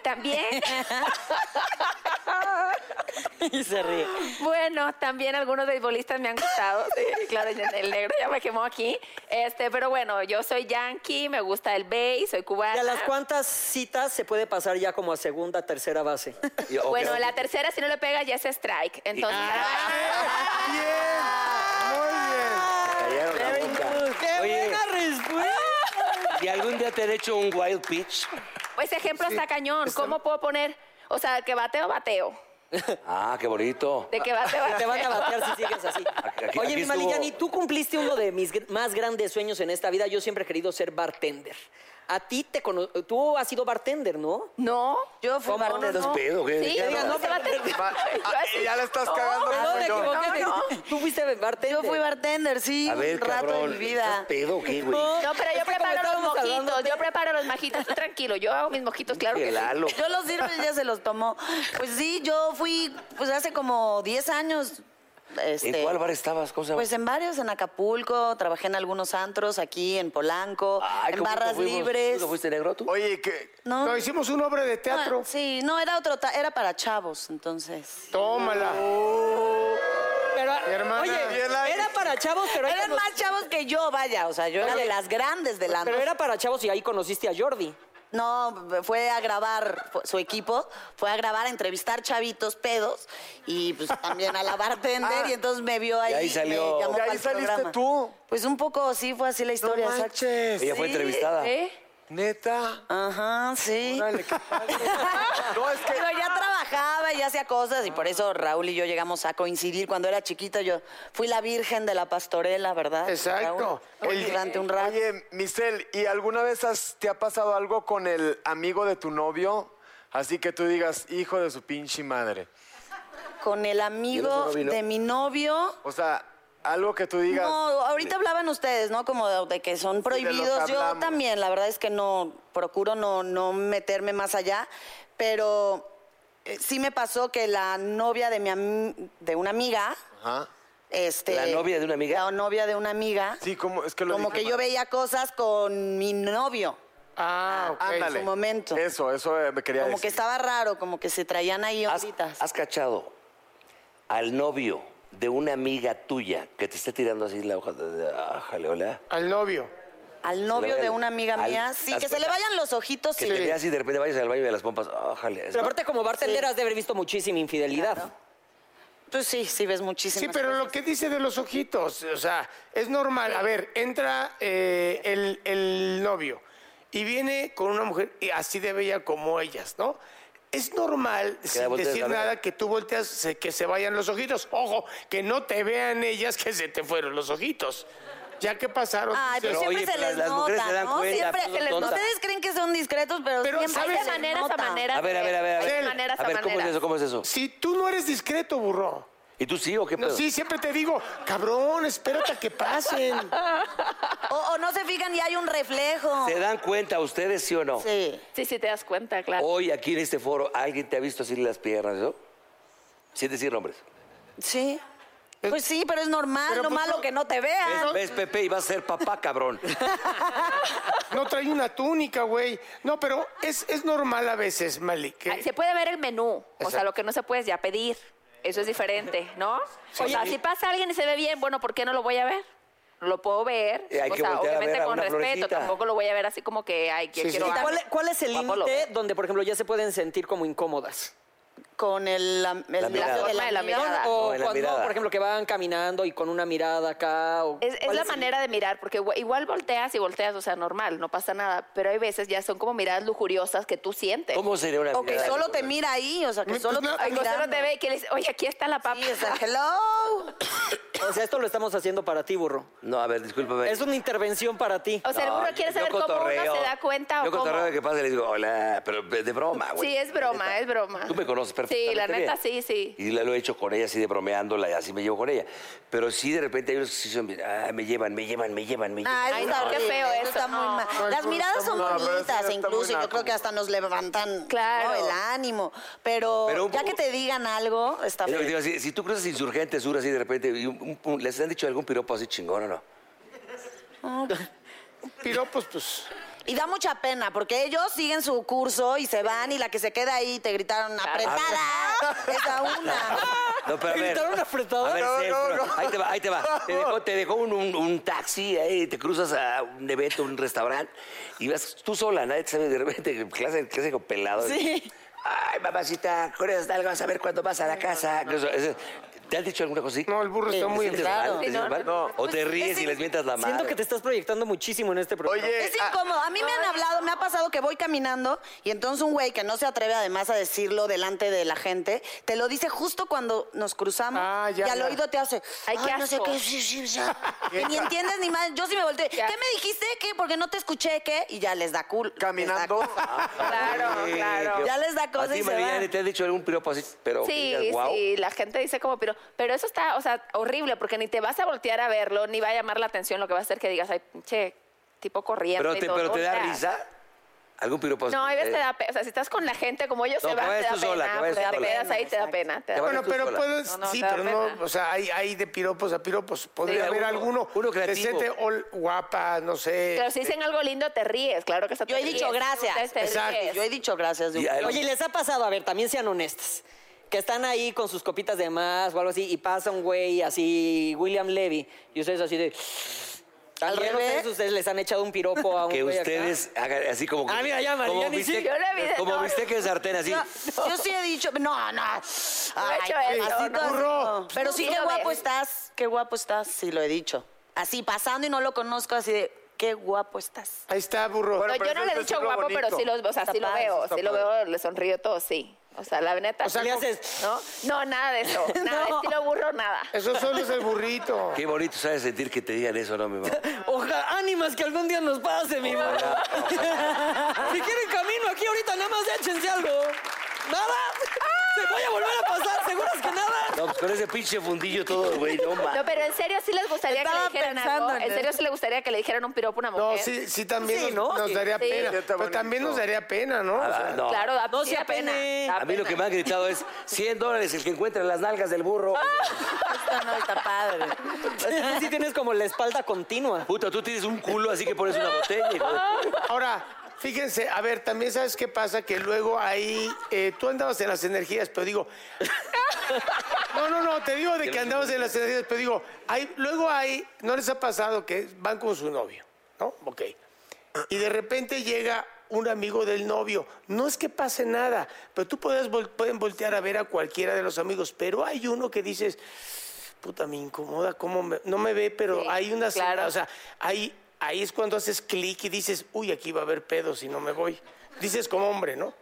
S7: también.
S3: y se ríe.
S7: Bueno, también algunos beisbolistas me han gustado. Sí, claro, ya el negro ya me quemó aquí. Este, pero bueno, yo soy yankee, me gusta el béis, soy cubana.
S3: ¿Y a las cuantas citas se puede pasar ya como a segunda, tercera base?
S2: Y- ok,
S7: Bueno,
S2: ok.
S7: la tercera, si no le pegas, ya es strike. Entonces.
S6: Ah.
S2: Callaron la boca.
S3: ¡Qué buena respuesta!
S8: ¿Y algún día te han hecho un wild pitch?
S7: Pues ejemplo está cañón. ¿Cómo puedo poner? O sea, que bateo, bateo.
S2: Ah, qué bonito.
S7: De que bateo, bateo.
S3: Te van a batear si sigues así.
S2: Aquí- aquí-
S3: Oye,
S2: aquí
S3: mi Maliyani,
S2: estuvo-
S3: tú cumpliste uno de mis gr- más grandes sueños en esta vida. Yo siempre he querido ser bartender. A ti te cono- tú has sido bartender, ¿no?
S7: No.
S6: Yo fui
S3: ¿Cómo no?
S6: bartender.
S2: ¿Estás pedo? ¿Qué?
S7: Sí,
S2: ¿Qué
S7: no,
S2: hablas?
S7: se bateo.
S1: Va-
S7: Yo
S1: ah,
S7: así.
S1: ya la estás
S7: No,
S1: cagando.
S7: no,
S1: como
S3: te
S1: yo.
S3: equivocaste.
S7: no.
S3: Ah, Tú fuiste bartender.
S6: Yo fui bartender, sí,
S2: A ver,
S6: un rato
S2: cabrón.
S6: de mi vida.
S2: ¿Estás pedo o qué, güey?
S7: No, pero yo
S3: Es que como
S7: preparo los
S3: estábamos hablando
S7: mojitos,
S3: de-
S7: yo preparo los mojitos, tú tranquilo, yo hago mis mojitos, claro
S2: Qué
S7: que sí.
S2: Lalo.
S6: Yo los sirve y ya se los tomó. Pues sí, yo fui, pues hace como 10 años.
S2: ¿En
S6: este,
S2: cuál bar estabas? ¿Cómo se llama?
S6: Pues en varios, en Acapulco, trabajé en algunos antros, aquí en Polanco,
S2: Ay, qué
S6: en
S2: bonito
S6: barras
S2: fuimos.
S6: libres.
S2: ¿Tú no fuiste negro tú?
S1: Oye, que
S6: No,
S4: No, hicimos un obra de teatro.
S6: no, Ah, sí, no, era otro, ta- era para chavos, entonces.
S4: Tómala.
S3: Pero,
S4: Mi hermana.
S3: Oye,
S4: Bien, la-
S3: era para chavos, pero ahí
S6: Eran
S3: cono-
S6: más chavos que yo, vaya, o sea, yo era
S3: Oye,
S6: de las grandes del antro.
S3: Pero era para chavos y ahí conociste a Jordi.
S6: No, fue a grabar, fu- su equipo fue a grabar, a entrevistar chavitos pedos y pues también a la bartender y entonces me vio ahí.
S2: ahí
S6: me
S2: salió.
S6: llamó
S1: ¿Y ahí
S6: pa'l
S1: saliste
S6: programa.
S1: tú?
S6: Pues un poco sí, fue así la
S1: no
S6: historia. exacto.
S1: manches.
S2: Ella fue
S6: sí, Ah.
S2: entrevistada.
S7: ¿Eh?
S1: Neta.
S6: Ajá, sí.
S1: Órale, qué padre. No, es que.
S6: Pero ya trabajaba y hacía cosas y por eso Raúl y yo llegamos a coincidir. Cuando era chiquita yo fui la virgen de la pastorela, ¿verdad?
S4: Exacto.
S6: Raúl?
S1: Oye,
S6: durante un rato.
S1: Oye, Michelle, ¿y alguna vez has- te ha pasado algo con el amigo de tu novio? Así que tú digas, hijo de su pinche madre.
S6: Con el amigo de mi novio.
S1: O sea, algo que tú digas.
S6: No, ahorita hablaban ustedes, ¿no? Como de, de que son
S1: que
S6: prohibidos. Yo
S1: hablamos.
S6: también, la verdad es que no, procuro no, no meterme más allá, pero eh, sí me pasó que la novia de mi ami- de una amiga,
S1: Ajá.
S6: este.
S2: ¿La novia de una amiga?
S6: La novia de una amiga.
S1: Sí, como es que lo
S6: como
S1: dije
S6: que yo
S1: mal.
S6: veía cosas con mi novio.
S4: Ah, ok.
S1: Ándale.
S6: su momento.
S1: Eso, eso eh, me quería
S6: Como que
S3: Este.
S1: decir.
S6: estaba raro, como que se traían ahí
S2: ¿Has,
S6: onditas.
S2: has cachado al novio de una amiga tuya que te esté tirando así la hoja? de- de- Ájale, hola.
S4: Al novio.
S6: Al novio
S2: le-
S6: de una amiga
S2: al-
S6: mía, sí,
S2: haz
S6: que se le
S2: cuenta.
S6: vayan los ojitos,
S2: Que
S6: sí.
S2: te veas y de repente vayas al baño de las pompas. ah, Ájale.
S3: Pero aparte, como bartender, has de haber visto muchísima infidelidad.
S6: Pues sí, sí ves muchísimas
S4: Sí, pero lo que dice de los ojitos, o sea, es normal. A ver, entra eh, el, el novio y viene con una mujer y así de bella como ellas, ¿no? Es normal,
S2: la
S4: sin
S2: voltees
S4: decir
S2: a ver.
S4: nada, que tú volteas, se- que se vayan los ojitos. Ojo, que no te vean ellas que se te fueron los ojitos. Ya que pasaron.
S6: Ay, pero,
S4: dices,
S6: siempre
S2: Pero, oye,
S6: se
S2: pero
S6: les
S2: las
S6: nota,
S2: mujeres se dan
S6: ¿no?
S2: cuenta,
S6: Siempre
S2: pues,
S6: se les
S2: son
S6: nota.
S2: tontas.
S6: Ustedes creen que son discretos, pero,
S4: Pero,
S6: siempre
S4: ¿sabes?
S6: se
S7: Hay
S6: les
S7: de maneras a
S6: nota.
S7: maneras.
S2: A ver, a ver, a ver.
S7: Hay
S2: A
S7: de
S2: ver,
S7: maneras
S2: a ver, ¿cómo es
S7: maneras.
S2: eso? ¿Cómo es eso?
S4: si tú no eres discreto, burro.
S2: ¿Y tú sí o qué
S4: No,
S2: pedo?
S4: sí, siempre te digo, cabrón, espérate a que pasen.
S6: O, o no se fijan y hay un reflejo.
S2: ¿Se dan cuenta ustedes, sí o no?
S6: Sí.
S7: Sí, sí, te das cuenta, claro.
S2: Hoy aquí en este foro, ¿alguien te ha visto así las piernas, no? Sin decir nombres.
S6: Sí. Pues sí, pero es normal,
S4: Pero
S6: lo
S4: pues
S6: malo
S4: no-
S6: que no te vean.
S2: ¿Ves, Pepe? Y vas a ser papá, cabrón.
S4: No trae una túnica, güey. No, pero es, es normal a veces, ¿eh? Mali. que-
S7: Ay, Se puede ver el menú, o sea, lo que no se puede es ya pedir. Eso es diferente, ¿no? O sea, si pasa alguien y se ve bien, bueno, ¿por qué no lo voy a ver? Lo puedo ver,
S2: Eh, hay
S7: o
S2: que
S7: sea,
S2: voltear a ver
S7: obviamente
S2: a
S7: con
S2: una
S7: respeto,
S2: florecita.
S7: tampoco lo voy a ver así como que, ay, que
S4: Sí, sí.
S7: quiero...
S3: ¿Y
S7: algo.
S3: cuál, cuál es el
S7: Guapo lo
S3: límite
S7: ve.
S3: donde, por ejemplo, ya se pueden sentir como incómodas?
S6: Con el, la, el
S2: La mirada.
S6: lazo de
S7: Forma de
S6: la
S7: la
S6: mirada.
S7: mirada.
S3: O
S2: No, en la
S3: cuando,
S2: mirada.
S3: por ejemplo, que van caminando y con una mirada acá. O,
S7: Es, es
S3: ¿cuál
S7: la manera de mirar, porque igua- igual volteas y volteas, o sea, normal, no pasa nada, pero hay veces ya son como miradas lujuriosas que tú sientes.
S2: ¿Cómo sería una
S6: O que
S2: mirada?
S6: solo te mira ahí, o sea, que
S4: Pues
S6: solo te
S4: no,
S6: está
S7: Ay, José no
S6: mirando.
S7: te ve y que le dice, oye, aquí está la papa.
S6: Sí, o sea, hello.
S3: O sea, esto lo estamos haciendo para ti, burro.
S2: No, a ver, discúlpame.
S3: Es una intervención para ti.
S7: O sea, el burro quiere
S2: Yo
S7: saber cómo uno
S2: cotorreo.
S7: se da cuenta
S2: Yo
S7: o cómo.
S2: cotorreo de que pasa y le digo, hola, pero de broma, güey.
S7: Sí, es broma,
S2: Neta.
S7: es broma.
S2: Tú me conoces perfectamente
S7: Sí, la neta,
S2: bien.
S7: sí, sí.
S2: Y la- lo he hecho con ella, así de bromeándola, y así me llevo con ella. Pero sí, de repente hay unos que sí son, bien, ah, me llevan, me llevan, me llevan, me llevan.
S6: Ay,
S7: Ay,
S6: Ah, eso está
S7: no, qué
S6: horrible,
S7: feo
S6: eso
S7: eso,
S6: está muy
S7: no.
S6: mal.
S7: No,
S6: Las miradas son
S1: no, pero eso
S6: bonitas,
S1: está muy
S6: incluso, y yo
S1: naco.
S6: creo que hasta nos levantan
S7: Claro.
S6: ¿no? el ánimo. Pero,
S2: Pero un
S6: ya
S2: poco-
S6: que te digan algo, está
S2: Es lo que
S6: feo.
S2: te iba a decir, si tú cruzas insurgentes sur así de repente, y un- un- un- ¿les han dicho algún piropo así chingón o no?
S4: Piropos, pues.
S6: Y da mucha pena, porque ellos siguen su curso y se van, y la que se queda ahí te gritaron apretada. Esa una.
S2: No, pero a ver.
S3: ¿Gritaron apretado?
S2: A ver,
S3: No,
S2: Cel,
S3: no,
S2: pero Ahí te va, ahí te va. Te dejó, te dejó un, un- un taxi, ahí te cruzas a un evento, un restaurante, y vas tú sola, nadie te sabe de repente, clase, clase de pelado.
S6: Sí.
S2: Ay, mamacita, curiosa, algo vas a ver cuándo vas a la casa. ¿Te han dicho alguna cosa así?
S4: No, el burro está
S2: ¿Te
S4: muy
S2: sientes
S4: entrado.
S2: mal? ¿Te
S7: Sí,
S2: sientes
S7: no,
S2: mal?
S7: no.
S2: O te
S7: Pues,
S2: ríes y les mientas la mano.
S3: Siento que te estás proyectando muchísimo en este programa.
S1: Oye,
S6: Es
S1: ah,
S6: incómodo. A mí me han hablado, me ha pasado que voy caminando y entonces un güey que no se atreve además a decirlo delante de la gente, te lo dice justo cuando nos cruzamos
S4: Ah, ya,
S6: y al
S4: ya.
S6: oído te hace,
S7: Ay,
S6: ay,
S7: qué
S6: no sé
S7: asco.
S6: qué, sí, sí, sí". Que ni entiendes ni más. Yo sí me volteé.
S7: Ya.
S6: ¿Qué me dijiste? ¿Qué? Porque no te escuché, ¿qué? Y ya les da cool.
S1: caminando. Ah,
S7: Claro, claro.
S6: Ya les da cosa
S2: A ti,
S6: y se
S2: Mariana,
S6: van.
S2: te han dicho algún piropo así, pero
S7: Sí,
S2: wow.
S7: sí, la gente dice como, pero, pero eso está, o sea, horrible, porque ni te vas a voltear a verlo, ni va a llamar la atención lo que va a hacer que digas, ay, che, tipo corriente.
S2: Pero
S7: y
S2: te,
S7: todo,
S2: pero te
S7: o
S2: da
S7: sea,
S2: risa. ¿Algún piropo
S7: No, hay veces te
S2: eh,
S7: da pena. O sea, si estás con la gente como ellos
S2: No,
S7: se
S2: que
S7: van, te
S2: vayas
S7: da
S2: tú sola,
S7: pena.
S2: que vayas
S7: porque
S2: tú
S7: te
S2: sola.
S7: quedas ahí, te da pena. te da
S2: Te
S7: pena.
S4: Bueno,
S2: tú
S4: pero
S2: sola.
S4: puedes,
S7: No, no,
S4: sí,
S7: te da
S4: pero no,
S7: pena.
S4: o sea, hay, hay de piropos a piropos. Podría
S2: Sí,
S4: haber
S2: uno-
S4: alguno
S2: uno creativo.
S4: decente ol- guapa, no sé.
S7: Pero si dicen algo lindo, te ríes, claro que está
S6: Yo he dicho gracias.
S7: este Exacto.
S6: Yo he dicho gracias.
S2: Y
S6: Duque.
S2: a-
S3: Oye, ¿les ha pasado? A ver, también sean honestas. Que están ahí con sus copitas de más o algo así y pasa un güey así, William Levy, y ustedes así de... Al
S6: Al
S3: revés,
S6: revés.
S3: ustedes les han echado un piropo a un
S2: que
S3: güey acá.
S2: ustedes hagan así como...
S3: Ah, mira, ya,
S2: como
S3: Mariana, ni
S2: bistec-
S3: sí, yo
S7: le vi de
S2: Como
S7: todo.
S2: viste que es sartén así.
S6: Yo sí he dicho, no, no. Ay,
S7: hecho eso,
S6: así
S7: no.
S6: todo-
S7: Burro.
S6: Pero sí,
S7: Sí,
S6: qué
S7: lo
S6: guapo
S7: ves.
S6: estás, qué guapo estás, sí lo he dicho. Así pasando y no lo conozco, así de, qué guapo estás.
S4: Ahí está, burro.
S7: No, yo no le he dicho guapo, pero sí, los, o sea, sí lo veo, sí lo veo, le sonrío todo, sí. O sea, la neta.
S3: O sea,
S7: sí.
S3: le haces-
S7: ¿No? No, nada de eso. Nada,
S3: No.
S7: estilo burro, nada.
S4: Eso solo es el burrito.
S2: Qué bonito sabes sentir que te digan eso, ¿no, mi mamá?
S3: Ojalá, ánimas que algún día nos pase, mi mamá. si quieren camino aquí ahorita, nada más échense algo. ¿Nada?
S6: ¡Ah!
S3: ¿Se voy a volver a pasar? ¿Seguras que nada?
S2: No, pues con ese pinche fundillo todo, güey, no ma.
S7: No, pero en serio sí les gustaría que le
S6: Estaba
S7: dijeran
S6: pensando
S7: algo.
S6: en
S7: En serio sí les gustaría que le dijeran un piropo a una
S4: No,
S7: mujer.
S4: sí, sí también
S3: Sí,
S4: nos,
S3: ¿no?
S4: nos
S3: Sí.
S4: daría
S7: Sí.
S4: pena.
S7: Sí,
S1: está
S4: Pero también
S1: bonito.
S4: nos daría pena, ¿no? O
S2: Ah,
S4: sea,
S2: no.
S7: pues, Claro, da,
S3: No
S7: sí
S3: se
S7: da pena.
S3: apene.
S7: da
S2: A mí lo que
S7: pena.
S2: me han gritado es 100 dólares el que encuentra las nalgas del burro.
S6: Esto no está padre.
S3: Tú sí tienes como la espalda continua.
S2: Puta, tú tienes un culo así que pones una botella. hijo de-
S4: Ahora, fíjense, a ver, también sabes qué pasa, que luego ahí eh, tú andabas en las energías, pero digo... No, no, no, te digo de que andabas en las energías, pero digo, hay, luego ahí, ¿no les ha pasado que van con su novio? ¿No? Ok. Y de repente llega un amigo del novio. No es que pase nada, pero tú puedes vol- pueden voltear a ver a cualquiera de los amigos, pero hay uno que dices, puta, me incomoda, cómo me- no me ve, pero
S7: Sí,
S4: hay una...
S7: claro.
S4: O sea, ahí, ahí es cuando haces clic y dices, uy, aquí va a haber pedo si no me voy. Dices como hombre, ¿no?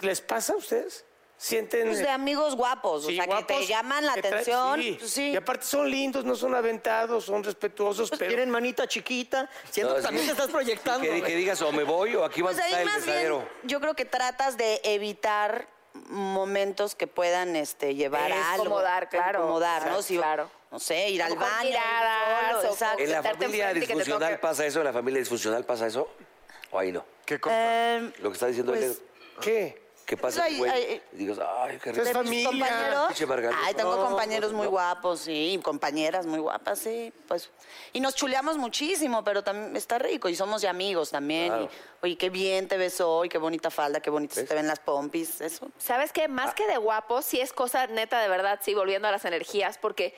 S4: ¿Les pasa a ustedes? ¿Sienten...?
S6: Pues de amigos guapos,
S4: sí,
S6: o sea, que te
S4: guapos,
S6: llaman la
S4: que traen-
S6: atención.
S4: sí.
S6: pues sí.
S4: Y aparte son lindos, no son aventados, son respetuosos, pero...
S3: Tienen manita chiquita. Siento
S2: No,
S3: que
S2: sí.
S3: también te estás proyectando.
S2: Que, que digas o me voy o aquí va a
S6: Pues
S2: estar
S6: ahí
S2: el
S6: más bien,
S2: besadero.
S6: yo creo que tratas de evitar momentos que puedan este, llevar
S7: Eso.
S6: a algo.
S7: Acomodar, claro.
S6: Acomodar, ¿no?
S7: Exacto,
S6: Si-
S7: claro.
S6: No sé, ir al
S7: Con
S6: baño.
S7: miradas,
S6: solo,
S7: o con-
S6: exacto.
S2: ¿En la
S7: sentarte
S2: familia
S7: enfrente y que te
S2: disfuncional
S7: toque.
S2: pasa eso? ¿En la familia disfuncional pasa eso? ¿O ahí no?
S1: ¿Qué cosa?
S6: Eh,
S2: Lo que está diciendo
S6: Pues,
S2: él.
S4: ¿Qué?
S2: ¿Qué pasa,
S6: ay,
S2: güey?
S6: ay,
S2: Y digas, ay, qué
S4: Es
S6: de
S2: rico.
S6: mis
S4: familia.
S2: Pinche
S6: compañeros.
S2: Margarita.
S6: Ay, tengo
S2: No,
S6: compañeros muy
S2: no.
S6: guapos, sí, y compañeras muy guapas, sí. Pues, y nos chuleamos muchísimo, pero también está rico. Y somos de amigos también.
S2: Claro.
S6: y, oye, qué bien te ves hoy, qué bonita falda, qué bonito se te ven las pompis, eso.
S7: ¿Sabes qué?
S1: Ah.
S7: Más que de guapos, sí es cosa neta de verdad, sí, volviendo a las energías, porque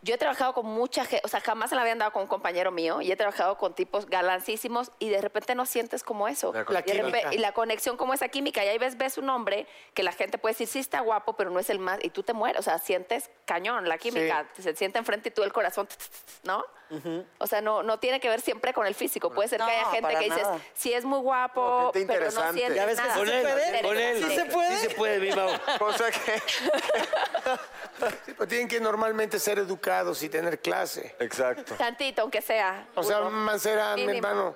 S7: yo he trabajado con mucha gente, o sea, jamás se la había andado con un compañero mío y he trabajado con tipos galancísimo y de repente no sientes como eso.
S1: La
S7: y, de repe-
S4: química.
S7: y la conexión como esa química. Y ahí ves, ves un hombre que la gente puede decir, sí está guapo, pero no es el más, y tú te mueres, o sea, sientes cañón la química, se siente enfrente y tú el corazón, t- t- t- ¿no? O sea, no, no tiene que ver siempre con el físico, puede ser que haya
S6: No,
S7: gente
S6: para
S7: que dices,
S6: nada.
S7: sí es muy guapo,
S1: No,
S7: pero
S1: gente
S7: no
S1: interesante.
S7: sientes
S1: Ya
S3: ves que
S7: nada.
S3: sí se puede,
S2: Con él.
S3: ¿Sí se puede?
S2: Sí se puede, mi mamá.
S1: Cosa que...
S4: Sí, pues tienen que normalmente ser educados y tener clase.
S1: Exacto.
S7: Tantito, aunque sea.
S4: O sea, Mancera, mi
S7: Mínimo.
S4: hermano...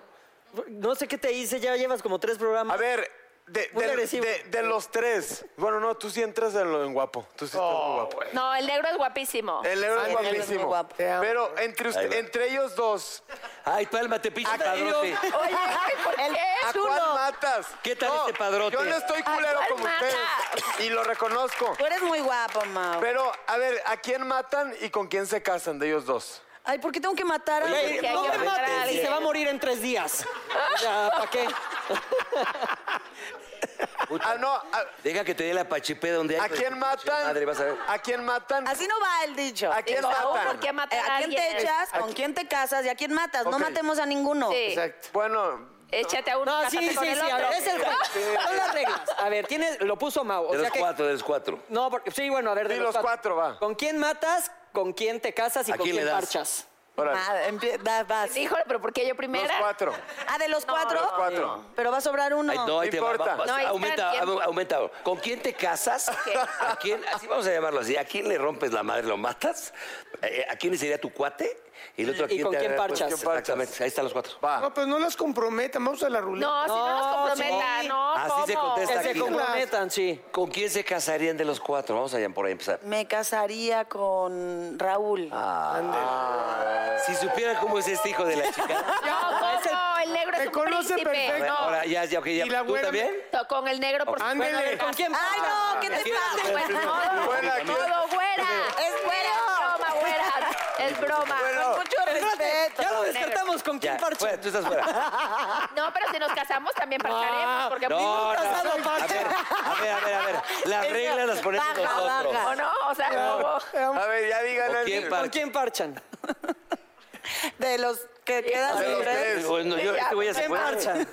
S3: No sé qué te hice, ya llevas como tres programas.
S1: A ver, de,
S3: Muy
S1: de-
S3: agresivo.
S1: de- de los tres. Bueno, no, tú sí entras en, lo, en guapo. Tú sí estás muy guapo.
S7: No, el negro es guapísimo.
S1: El negro
S6: Oh, Sí,
S1: es
S6: el negro es muy
S1: guapísimo.
S6: guapo.
S4: Te amo.
S1: Pero entre, usted-
S2: Ahí va.
S1: entre ellos dos,
S2: Ay, pálmate, pinche padrote.
S7: Oye, ¿por qué?
S1: ¿a cuál matas?
S2: ¿Qué tal este padrote?
S1: Yo no estoy culero
S7: cuál
S1: como
S7: matas?
S1: ustedes. Y lo reconozco.
S6: Tú eres muy guapo, Mau.
S1: Pero, a ver, ¿a quién matan y con quién se casan de ellos dos?
S6: Ay, ¿por qué tengo que matar a
S3: Oye,
S6: alguien?
S7: que hay
S3: no
S7: que
S3: me
S7: matar a
S3: mates,
S7: alguien.
S3: se va a morir en tres días. ¿Para qué?
S1: Ah, no, a-
S2: Deja que te dé la pachipé donde hay.
S1: ¿a, quién matan?
S2: Madre, vas a ver.
S1: ¿A quién matan?
S6: Así no va el dicho.
S1: ¿A quién
S7: No,
S1: matan?
S7: ¿por qué
S6: Eh,
S7: matar a
S6: ¿A quién
S7: alguien?
S6: te echas? ¿Con quién te casas? ¿Y a quién matas? No
S1: Ok.
S6: matemos a ninguno. Ah,
S7: Sí.
S4: Exacto.
S1: Bueno,
S7: Échate a uno,
S3: No, sí,
S7: cásate
S3: sí,
S7: con el
S3: sí. A
S7: otro.
S3: ver, es el juego. Son las reglas. A ver, tiene, lo puso Mau. O
S2: De
S3: sea
S2: los
S3: que,
S2: cuatro, de los cuatro.
S3: No, porque, sí, bueno, a ver. de
S1: Sí, los cuatro, va.
S3: ¿Con quién matas? ¿Con quién te casas? ¿Y
S2: ¿A
S3: con
S2: quién le
S3: quién
S2: das?
S3: parchas?
S1: órale.
S6: Madre, Ah, empie- da, vas.
S7: Híjole, pero ¿por qué yo
S1: los
S7: primera?
S1: cuatro.
S6: Ah, de los cuatro.
S1: Los cuatro.
S6: Pero va a sobrar uno.
S2: Ay, no, ahí
S1: No
S2: te va,
S1: importa.
S2: va, va.
S7: No, ahí está,
S2: aumenta,
S7: ¿quién?
S2: au- aumenta. ¿Con quién te casas? ¿A quién? Así vamos a llamarlo así. ¿A quién le rompes la madre? ¿Lo matas? Eh, ¿A quién sería tu cuate? Y el otro a
S3: ¿Y
S2: quién
S3: con
S2: te
S3: quién
S2: agarra-
S3: parchas?
S2: pues, Exactamente, ahí están los cuatro.
S1: Va.
S4: No, pues no las comprometan, vamos a la ruleta.
S7: No, si no nos
S3: No, sí.
S7: comprometa, no, ¿cómo?
S2: Así se contesta
S3: Que se
S2: aquí.
S3: comprometan, sí.
S2: ¿Con quién se casarían de los cuatro? Vamos allá por ahí empezar.
S6: Me casaría con Raúl.
S1: Ah.
S2: Si supieran cómo es este hijo de la chica.
S7: No, ¿cómo? El negro es
S4: Me
S7: un
S4: conoce
S7: príncipe.
S4: perfecto.
S7: No,
S2: Ahora, ya, ya, ok, ya.
S4: ¿Y la
S2: ¿Tú
S4: güera me-
S2: también?
S7: to- con el negro, por supuesto.
S4: Ándele.
S7: Bueno,
S3: ¿Con quién
S6: Ay,
S1: Ah.
S6: no, ¿qué te
S7: Pues,
S6: pasa?
S7: todo,
S1: Buena, ¿quién?
S7: todo, güera.
S6: Es
S7: güera,
S6: mío.
S7: es broma, güera. Es broma.
S6: Con mucho respeto.
S3: Ya lo descartamos. ¿Con quién
S2: Ya, fuera,
S3: parchas?
S2: tú estás fuera.
S7: No, pero si nos casamos también parcaremos. Porque
S2: Ah. No, no.
S3: casado,
S2: A ver, a ver, a ver, a ver. Las reglas las ponemos
S6: Baja,
S2: nosotros.
S6: baja.
S7: ¿O no? O sea, como...
S1: A ver, ya
S2: ¿Con
S1: díganle. al-
S2: quién
S3: ¿Con
S2: parchas?
S3: quién parchan?
S6: De los que quedan
S1: De los
S6: libres.
S1: tres.
S2: Bueno, yo, este voy a
S3: ¿Quién
S2: se fue.
S3: parchan?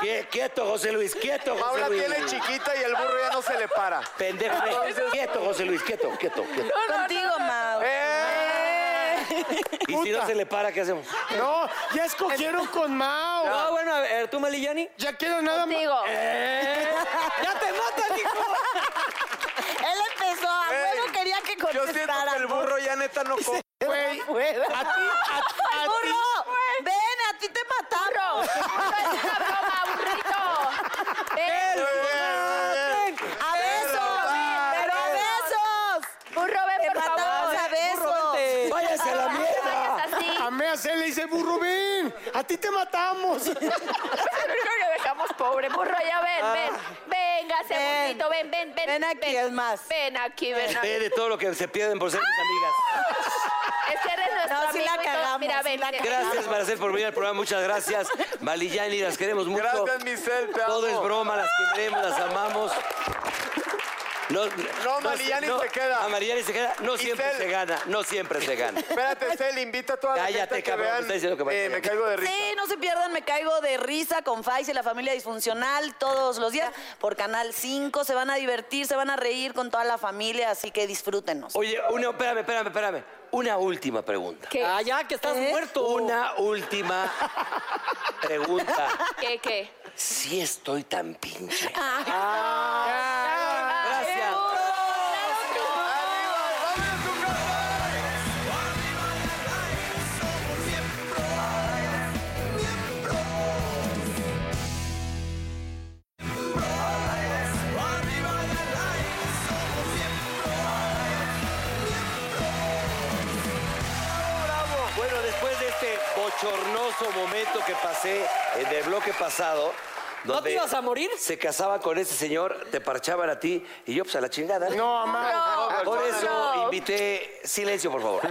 S2: Qué- Quieto, José Luis, quieto, José
S1: Paula
S2: Luis.
S1: tiene chiquita y el burro ya no se le para.
S2: Pendejo, ve. quieto, José Luis, quieto, quieto, quieto.
S6: Contigo, Mau.
S1: ¡Eh!
S2: Y si no se le para, ¿qué hacemos?
S4: No, ya escogieron con Mao.
S3: No, bueno, a ver, tú, Malillani.
S4: Ya queda nada más.
S7: Digo,
S3: ¡Ya te matan, hijo!
S6: Él empezó. A
S1: Ey,
S6: huevo quería que
S1: Eh. Yo siento que el
S6: contestara.
S1: burro ya neta no come.
S4: Güey, a ti, a, a ti.
S6: ¡Burro! ¡Ven! ¡A ti te mataron!
S7: es una broma, burrito.
S5: Eh.
S7: Ven,
S6: ¡A besos! ¡Pero a besos!
S7: burro,
S6: ¡Te
S7: ven, por favor.
S6: matamos a besos!
S2: ¡Váyase a la mierda!
S7: Es así.
S4: A Mea se le dice, burro, ven. A ti te matamos.
S7: Pero no lo dejamos pobre, burro, ya ven, ven. Véngase,
S6: Ven.
S7: burrito, ven, ven, ven.
S6: Ven aquí, es más.
S7: Ven aquí, ven aquí.
S2: Ve de todo lo que se pierden por ser
S1: ¡Ah!
S2: mis amigas.
S7: Es que eres nuestro
S6: No, sí la
S7: amigo y todo.
S6: cagamos,
S7: Mira,
S6: sí
S7: ven,
S6: la
S7: ven.
S2: Gracias, Marcel, por venir al programa. Muchas gracias. Malillani, las queremos mucho.
S1: Gracias, Michelle, te
S2: Todo
S1: amo.
S2: es broma, las queremos, las amamos. No,
S1: No, Marillani se queda.
S2: A Marillani se queda. No siempre
S1: Isel.
S2: se gana, no siempre se gana.
S1: Espérate, Cel, invita a toda la
S2: Cállate,
S1: gente que
S2: cabrón,
S1: vean.
S2: está diciendo que va a
S1: Eh,
S2: callar.
S1: me caigo de risa.
S6: Sí, no se pierdan, me caigo de risa con Faiz y la familia disfuncional todos los días por Canal 5. Se van a divertir, se van a reír con toda la familia, así que disfrútenos.
S2: Oye, una, espérame, espérame, espérame. Una última pregunta.
S7: ¿Qué?
S3: Ah, ya, que estás
S6: ¿Eh?
S3: muerto.
S2: Una última pregunta.
S7: ¿Qué, qué?
S2: Sí estoy tan pinche.
S3: Ah,
S7: Ah,
S3: eh,
S7: Gracias.
S3: oh.
S2: Bueno, después de este bochornoso momento que pasé en el bloque pasado.
S3: ¿No
S2: donde
S3: te ibas a morir?
S2: Se casaban con ese señor, te parchaban a ti y yo, pues a la chingada.
S4: No, Mao.
S2: Por eso
S7: no.
S2: invité. Silencio, por favor.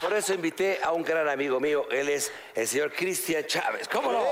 S2: Por eso invité a un gran amigo mío. Él es el señor Cristian Chávez. ¿Cómo no?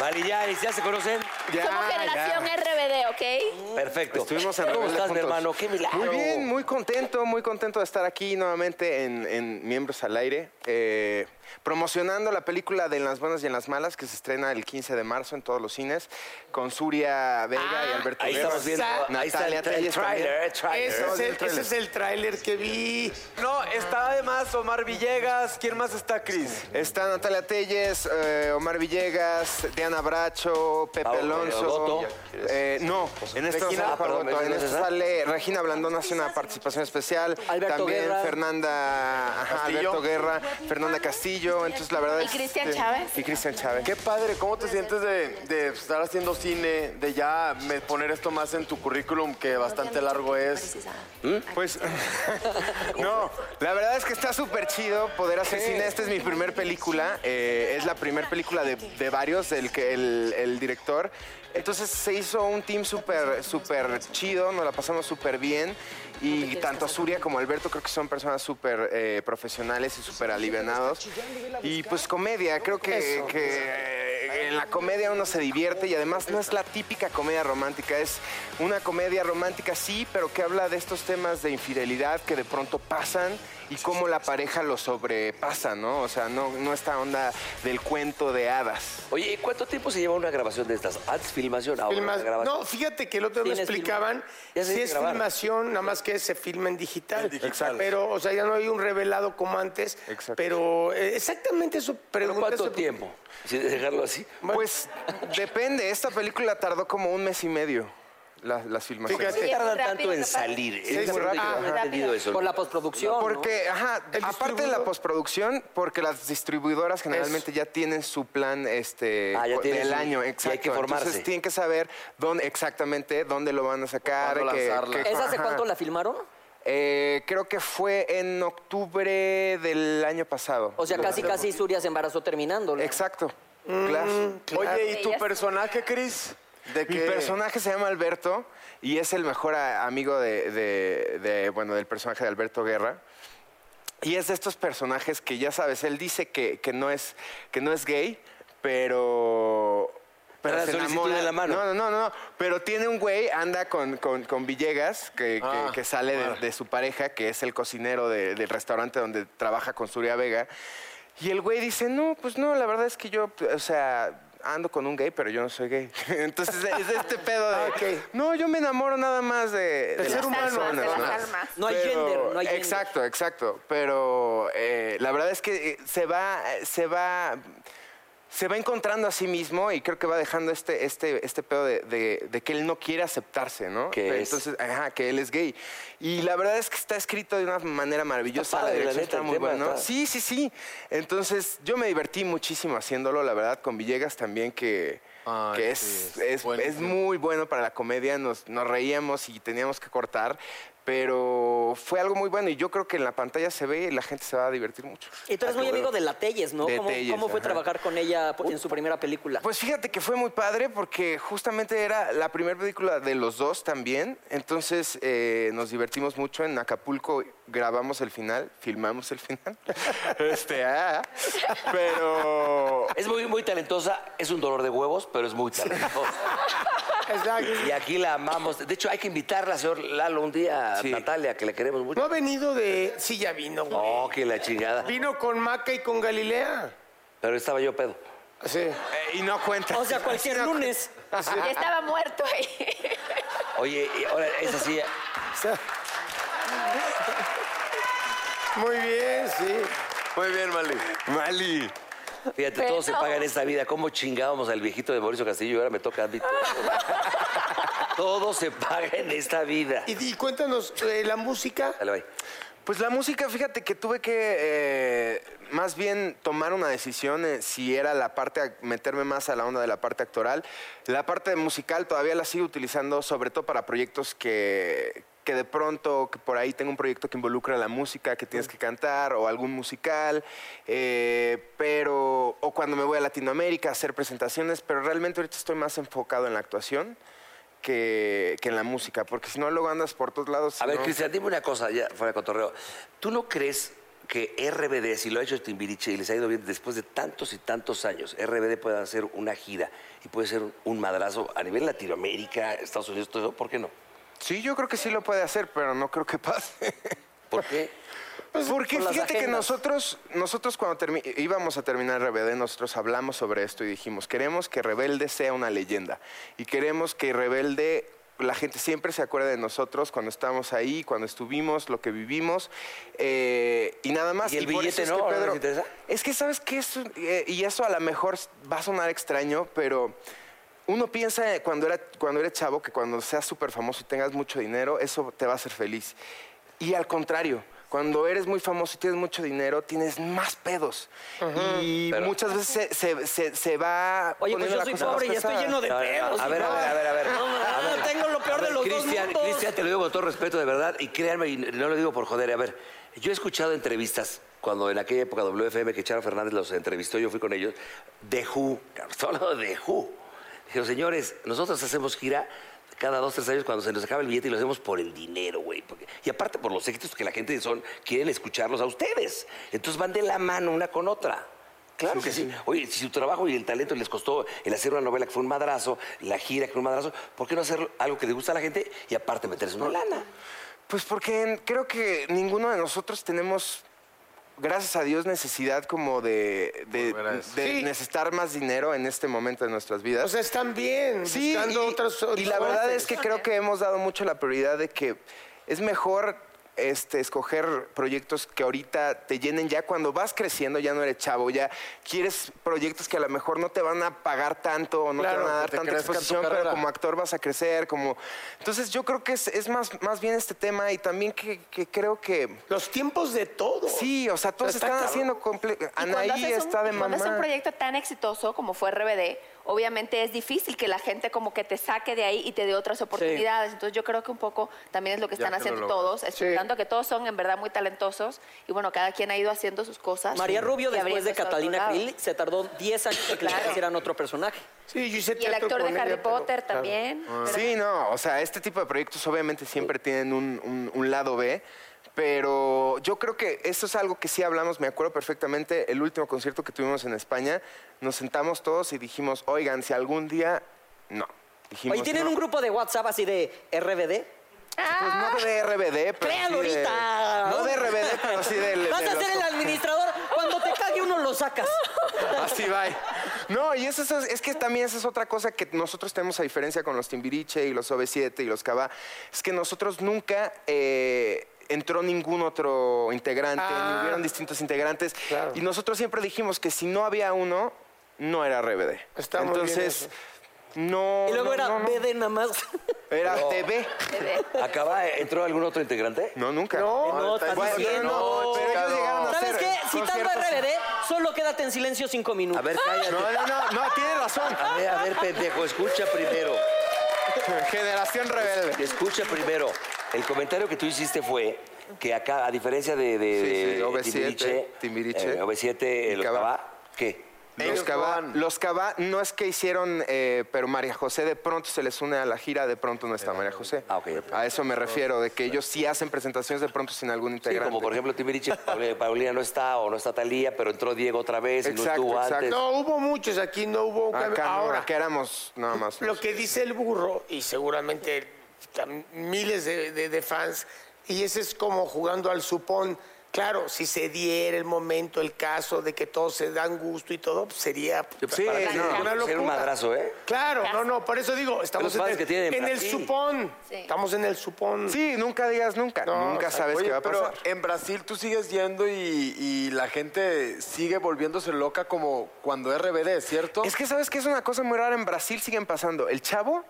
S2: Marillani, ¿ya se conocen?
S7: Somos generación RBD, ¿ok?
S2: Perfecto.
S5: Estuvimos en
S2: ¿Cómo
S5: Rebelde
S2: estás, mi
S5: juntos.
S2: hermano? Qué milagro.
S5: Muy bien, muy contento, muy contento de estar aquí nuevamente en, en Miembros al Aire, eh, promocionando la película de En las Buenas y en las Malas, que se estrena el 15 de marzo en todos los cines, con Suria Vega y Alberto
S2: Ah, Ahí
S5: Guerra.
S2: estamos viendo. Ahí está el,
S5: Natalia
S2: tra- el
S5: Telles también.
S2: trailer. el trailer.
S4: Ese es,
S5: vi el
S4: el, ese
S5: tráiler.
S4: es el tráiler que vi.
S2: Ah,
S1: No, está además Omar Villegas. ¿Quién más está, Cris?
S5: Está Natalia Telles, eh, Omar Villegas, Diana Bracho, Pepe
S2: Pau-
S5: Alonso.
S2: Goto.
S5: Eh, no, en esta,
S2: Regina-
S5: sale
S2: Ah, perdón,
S5: Goto, en
S2: ¿no es
S5: esta
S2: esa?
S5: sale Regina Blandón hace una participación especial.
S3: Alberto
S5: También
S3: Guerra.
S5: Fernanda ajá,
S1: Castillo.
S5: Alberto Guerra, Fernanda Castillo. Castillo, entonces la verdad
S7: ¿Y
S5: es...
S7: Cristian
S5: este,
S7: Chávez?
S5: Y Cristian Chávez.
S1: Qué padre, ¿cómo te sientes de, de estar haciendo cine, de ya me- poner esto más en tu currículum que bastante largo es? ¿Mm?
S5: Pues, no, la verdad es que está súper chido poder hacer cine. Esta es mi primer película, eh, es la primer película de, de varios, del que el, el director. Entonces se hizo un team súper súper chido, nos la pasamos súper bien. Y tanto Suria como Alberto creo que son personas súper eh, profesionales y súper alivianados. Y pues comedia, creo que, que en la comedia uno se divierte y además no es la típica comedia romántica, es una comedia romántica sí, pero que habla de estos temas de infidelidad que de pronto pasan y cómo la pareja lo sobrepasa, ¿no? O sea, no, no esta onda del cuento de hadas.
S2: Oye, ¿y cuánto tiempo se lleva una grabación de estas? ¿Antes filmación? ¿Ahora
S4: Filmas-
S2: grabación?
S4: No, fíjate que el otro día me
S2: Tienes film-
S4: explicaban
S2: Ya se
S4: si
S2: tiene
S4: es
S2: que grabar.
S4: filmación, nada más que se filma en digital.
S2: En digital. Exacto.
S4: Pero, o sea, ya no hay un revelado como antes.
S5: Exacto.
S4: Pero eh, exactamente eso
S2: ¿Pero
S4: pregunta.
S2: cuánto
S4: eso-
S2: tiempo? Sin dejarlo así.
S5: Pues depende, esta película tardó como un mes y medio la- las filmaciones.
S2: ¿Por qué
S7: Oye,
S2: tardan
S7: muy rápido,
S2: tanto en
S7: capaz.
S2: salir?
S5: Sí, muy
S2: lo que yo
S5: rápido.
S2: no he
S7: Ajá.
S2: entendido eso.
S3: Por la postproducción. ¿no?
S5: Porque, ajá,
S4: El
S5: aparte de la
S4: distribuidor-
S5: postproducción, porque las distribuidoras generalmente ya tienen su plan este,
S2: Ah, ya
S5: cu-
S2: tienen
S5: del
S2: su-
S5: año,
S2: y hay
S5: exacto.
S2: que formarse.
S5: Entonces tienen que saber dónde exactamente dónde lo van a sacar.
S1: Cuándo
S5: que-
S1: lanzarla.
S5: que-
S3: ¿Esa hace
S5: ajá.
S3: cuánto la filmaron?
S5: Eh, creo que fue en octubre del año pasado.
S3: O sea, casi, casi Suria se embarazó terminando. ¿no?
S5: Exacto. Claro.
S1: Oye, ¿y tu personaje, Cris? De
S5: Mi
S1: que-
S5: personaje se llama Alberto y es el mejor a- amigo de, de- de, bueno, del personaje de Alberto Guerra. Y es de estos personajes que ya sabes, él dice que, que no, es, que no es gay, pero. Pero
S2: La
S5: se
S2: solicitud
S5: enamora.
S2: de la mano.
S5: No, no, no, no. Pero tiene un güey, anda con, con- con Villegas, que, que-
S1: Ah,
S5: que sale de, de su pareja, que es el cocinero de- del restaurante donde trabaja con Surya Vega. Y el güey dice, no, pues no, la verdad es que yo, o sea, ando con un gay, pero yo no soy gay. Entonces es este pedo de, no, yo me enamoro nada más de, de
S4: ser
S5: las
S4: humano,
S5: personas,
S7: Ah, de las
S5: ¿no?
S7: almas.
S3: No hay
S5: Pero-
S3: gender, no hay gender.
S5: Exacto, exacto. Pero eh, la verdad es que eh, se va, se va, se va encontrando a sí mismo y creo que va dejando este, este, este pedo de, de- de que él no quiere aceptarse, ¿no?
S2: Que es-
S5: Entonces, ajá, que él es gay. Y la verdad es que está escrito de una manera maravillosa.
S2: padre,
S5: la
S2: la
S5: dirección
S2: neta,
S5: está
S2: el
S5: muy
S2: tema
S5: buena. ¿no?
S2: está-
S5: Sí, sí, sí. Entonces, yo me divertí muchísimo haciéndolo, la verdad, con Villegas también, que,
S1: Ay,
S5: que es,
S1: sí, es
S5: es, es
S1: buenísimo.
S5: muy bueno para la comedia. Nos, nos reíamos y teníamos que cortar. Pero fue algo muy bueno y yo creo que en la pantalla se ve y la gente se va a divertir mucho.
S3: Y
S4: Ah,
S3: tú eres muy amigo de la Telles, ¿no?
S5: De
S3: ¿Cómo,
S5: Telles,
S3: cómo fue
S5: ajá.
S3: trabajar con ella en su primera película?
S5: Pues fíjate que fue muy padre porque justamente era la primera película de los dos también. Entonces eh, nos divertimos mucho en Acapulco. Grabamos el final, filmamos el final. este, ah, pero
S2: Es muy, muy talentosa, es un dolor de huevos, pero es muy talentosa. Y aquí la amamos. De hecho, hay que invitarla, señor Lalo, un día a
S5: Sí.
S2: Natalia, que le queremos mucho.
S4: No ha venido de. Sí, ya vino. güey.
S2: No, que la chingada.
S4: Vino con Maca y con Galilea.
S2: Pero estaba yo pedo.
S4: Sí.
S5: eh, y no cuenta.
S3: O sea, cualquier lunes.
S7: Y estaba muerto ahí.
S2: Oye, y ahora es así.
S4: Muy bien, sí.
S1: Muy bien, Mali.
S5: Mali.
S2: Fíjate,
S7: Pero
S2: todo se
S7: no.
S2: paga en esta vida. ¿Cómo chingábamos al viejito de Mauricio Castillo? Y ahora me toca a mí. Todo se paga en esta vida.
S4: Y, y cuéntanos, eh, la música.
S2: Dale, bye.
S5: Pues la música, fíjate que tuve que eh, más bien tomar una decisión eh, si era la parte, ac- meterme más a la onda de la parte actoral. La parte musical todavía la sigo utilizando, sobre todo para proyectos que, que de pronto, que por ahí tengo un proyecto que involucra la música, que tienes que cantar o algún musical, eh, pero, o cuando me voy a Latinoamérica a hacer presentaciones, pero realmente ahorita estoy más enfocado en la actuación. Que, que en la música, porque si no, luego andas por todos lados.
S2: A
S5: y
S2: ver,
S5: no-
S2: Cristian, dime una cosa, ya fuera de cotorreo. ¿Tú no crees que RBD, si lo ha hecho Timbiriche y les ha ido bien después de tantos y tantos años, RBD puede hacer una gira y puede ser un madrazo a nivel Latinoamérica, Estados Unidos, todo eso? ¿Por qué no?
S5: Sí, yo creo que sí lo puede hacer, pero no creo que pase.
S2: ¿Por qué? Pues,
S5: Porque
S3: por las
S5: fíjate que
S3: agendas.
S5: nosotros, nosotros cuando termi- íbamos a terminar Rebelde, nosotros hablamos sobre esto y dijimos, queremos que Rebelde sea una leyenda. Y queremos que Rebelde, la gente siempre se acuerde de nosotros cuando estábamos ahí, cuando estuvimos, lo que vivimos. eh, y nada más.
S2: ¿Y el
S5: por eso
S2: billete
S5: es
S2: no?
S5: que,
S2: ¿No les
S5: Pedro-
S2: interesa?
S5: es que sabes que eso, eh, y eso a lo mejor va a sonar extraño, pero uno piensa eh, cuando, era, cuando eres chavo que cuando seas súper famoso y tengas mucho dinero, eso te va a hacer feliz. Y al contrario, Cuando eres muy famoso y tienes mucho dinero, tienes más pedos. Y
S2: Pero-
S5: muchas veces se, se- se- se va.
S3: Oye, pues
S5: poniendo
S3: yo
S5: la
S3: soy
S5: cosa más
S3: pobre y estoy
S5: pesada.
S3: lleno de
S2: A ver,
S3: pedos.
S2: a ver,
S3: hijo.
S2: a ver, a ver, a ver.
S3: No,
S2: A ver.
S3: tengo lo peor de los
S2: Cristian,
S3: dos mundos.
S2: Cristian, te lo digo con todo respeto, de verdad, y créanme, y no lo digo por joder, a ver, yo he escuchado entrevistas cuando en aquella época WFM que Charo Fernández los entrevistó, yo fui con ellos, de Who, cabrón, estaba hablando de Who. Dijeron, señores, nosotros hacemos gira cada dos, tres años cuando se nos acaba el billete y lo hacemos por el dinero, güey. porque- Y aparte por los éxitos que la gente son, quieren escucharlos a ustedes. Entonces van de la mano una con otra. Claro que sí. Oye, si su trabajo y el talento les costó el hacer una novela que fue un madrazo, la gira que fue un madrazo, ¿por qué no hacer algo que le gusta a la gente y aparte meterse una lana?
S5: Pues porque creo que ninguno de nosotros tenemos, gracias a Dios, necesidad como de, de- de
S4: Sí.
S5: necesitar más dinero en este momento de nuestras vidas.
S4: O sea, están bien,
S5: Sí,
S4: buscando
S5: y,
S4: otras
S5: y la verdad es que creo que hemos dado mucho la prioridad de que es mejor este, escoger proyectos que ahorita te llenen ya cuando vas creciendo, ya no eres chavo, ya quieres proyectos que a lo mejor no te van a pagar tanto o no
S4: Claro,
S5: te van a
S4: que
S5: dar
S4: te
S5: tanta
S4: crezca tu
S5: exposición, pero
S4: carrera.
S5: como actor vas a crecer, como... Entonces yo creo que es, es más, más bien este tema y también que, que creo que...
S4: Los tiempos de todo.
S5: Sí, o sea, todos
S4: Está
S5: están
S4: cabrón.
S5: haciendo... comple-
S7: Y cuando
S5: Anaí
S7: haces un-
S5: está de
S7: y cuando
S5: mamá.
S7: es un proyecto tan exitoso como fue RBD, obviamente es difícil que la gente como que te saque de ahí y te dé otras oportunidades. Entonces yo creo que un poco también es lo que están haciendo todos, esperando que todos son en verdad muy talentosos y bueno, cada quien ha ido haciendo sus cosas.
S3: María Rubio,
S7: y
S3: después
S7: abriendo
S3: de
S7: su otro
S3: Catalina
S7: lado.
S3: Krill, se tardó 10 años en que le
S7: Claro.
S3: hicieran otro personaje.
S4: Sí, yo hice
S7: Y el
S4: teatro
S7: actor
S4: con
S7: de
S4: ella,
S7: Harry
S4: pero-
S7: Potter
S4: claro.
S7: también.
S3: Ah.
S7: pero-
S5: Ah. Sí, no, o sea, este tipo de proyectos obviamente siempre tienen un, un- un lado B, pero yo creo que esto es algo que sí hablamos, me acuerdo perfectamente, el último concierto que tuvimos en España, nos sentamos todos y dijimos, oigan, si algún día, no. Dijimos,
S3: Oye, ¿tienen
S5: "No".
S3: un grupo de WhatsApp así de RBD?
S5: Pues no de RBD, pero
S3: Créalo
S5: sí de-
S3: ahorita.
S5: No de RBD, pero sí del...
S3: Vas
S5: de
S3: a
S5: los- Oh,
S3: ser el administrador. Cuando te cague uno lo sacas.
S5: Así va. No, y eso, es- es que también esa es otra cosa que nosotros tenemos a diferencia con los Timbiriche y los OV7 y los Cava, es que nosotros nunca eh, entró ningún otro integrante, ni hubieron distintos integrantes.
S4: Ah. Claro.
S5: Y nosotros siempre dijimos que si no había uno, no era RBD.
S4: Está muy bien
S5: Entonces,
S4: eso.
S5: no.
S3: Y luego
S5: no,
S3: era
S5: no, no.
S3: BD nada más.
S5: Era TV.
S2: Acaba, ¿entró algún otro integrante?
S5: No, nunca.
S4: No,
S3: No, estás
S5: Bueno,
S3: diciendo.
S5: no, pero ellos llegaron a
S3: ¿Sabes
S5: hacer
S3: qué? Citando a
S5: conciertos-
S3: RBD, ¿eh? solo quédate en silencio cinco
S2: A
S3: minutos.
S2: ver, cállate.
S5: No, no, no, no, tiene razón.
S2: A ver, a ver, pendejo, escucha primero.
S5: Generación rebelde.
S2: Escucha primero. El comentario que tú hiciste fue que acá, a diferencia de, de,
S5: Sí, sí,
S2: de
S5: OV7, Timbiriche,
S2: eh, OV7,
S5: y
S2: el
S5: Cabá.
S2: Cabá, ¿qué?
S5: Los Cabá, los Cabá no es que hicieron, eh, pero María José de pronto se les une a la gira, de pronto no está María José.
S2: Ah, ok, ya está.
S5: A eso me refiero, de que ellos sí hacen presentaciones de pronto sin algún
S2: Sí,
S5: integrante.
S2: como por ejemplo Timbiriche, Pauli- Paulina no está o no está Talía, pero entró Diego otra vez y
S5: Exacto,
S2: no estuvo
S5: exacto.
S2: antes.
S4: No, hubo muchos, aquí no hubo un
S2: Ah,
S4: cambio.
S5: Acá
S4: Ahora,
S5: ahora que éramos nada más.
S4: Lo que dice el burro, y seguramente tam- miles de, de- de fans, y ese es como jugando al supón. Claro, si se diera el momento, el caso de que todos se dan gusto y todo, pues, sería
S2: Sí,
S4: para mí
S2: no, pues,
S4: una
S2: sería un
S4: locura.
S2: madrazo, ¿eh?
S4: Claro, no, no, por eso digo, estamos
S2: Los
S4: en
S2: fans
S4: el,
S2: que tienen
S4: en
S2: para
S4: el
S2: ti.
S4: supón.
S7: Sí.
S4: Estamos en el supón.
S5: Sí, nunca digas nunca.
S4: No,
S5: nunca
S4: o sea, em,
S5: sabes
S1: Oye,
S5: qué va a
S1: pero
S5: pasar.
S1: en Brasil tú sigues yendo y, y la gente sigue volviéndose loca como cuando RBD, ¿cierto?
S5: Es que sabes que es una cosa muy rara. En Brasil siguen pasando. El chavo.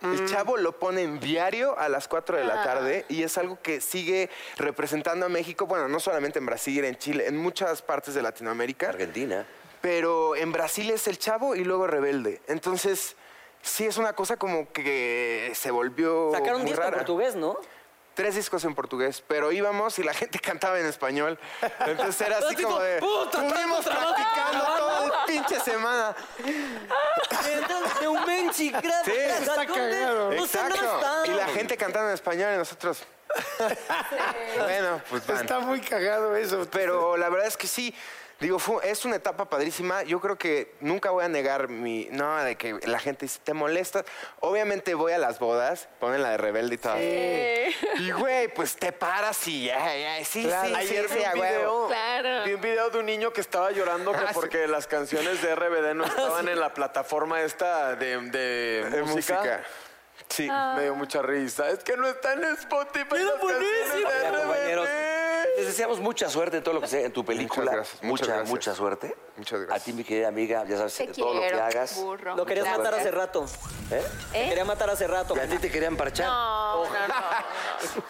S5: El chavo lo pone en diario a las 4 de la tarde y es algo que sigue representando a México, bueno, no solamente en Brasil, en Chile, en muchas partes de Latinoamérica.
S2: Argentina.
S5: pero en Brasil es el chavo y luego rebelde. Entonces, sí es una cosa como que se volvió.
S3: Sacaron
S5: muy
S3: 10 en
S5: rara.
S3: portugués, ¿no?
S5: Tres discos en portugués, pero íbamos y la gente cantaba en español. Entonces era así
S3: Así
S5: como
S3: como,
S5: de.
S3: "Puta, tanto
S5: Tuvimos
S3: trabajo".
S5: practicando toda la pinche semana.
S3: Entonces, de un menchi, gracias.
S5: Sí,
S4: está cagado.
S3: No se nota.
S5: Exacto. Y la gente cantando en español y nosotros. Bueno, pues van.
S4: Está muy cagado eso.
S5: Pero la verdad es que sí. Digo, fue- es una etapa padrísima. Yo creo que nunca voy a negar mi. No, de que la gente dice, te molesta. Obviamente voy a las bodas, ponen la de rebelde y todo. Y güey, pues te paras y. ay, ay, sí, sí,
S1: Ayer
S5: sí,
S1: vi,
S5: sí, a
S1: un
S5: huevo. Ah,
S1: video,
S7: Claro.
S1: vi un video de un niño que estaba llorando que porque las canciones de RBD no estaban en la plataforma esta de, de
S5: De
S1: música.
S5: música. Sí.
S1: Me dio mucha risa. Es que no está en Spotify. las canciones de
S2: Oigan, compañeros,
S1: RBD.
S2: Les deseamos mucha suerte en todo lo que sea en tu película.
S5: Muchas gracias, muchas
S2: mucha,
S5: gracias.
S2: mucha suerte.
S5: Muchas gracias.
S2: A ti, mi querida amiga, ya sabes,
S7: Te quiero,
S2: todo lo que hagas.
S7: burro.
S3: Lo querías
S7: Gracias.
S3: matar hace rato.
S2: ¿Eh?
S3: Te quería matar hace rato.
S2: Y a ti te querían parchar.
S7: No, no, no, no,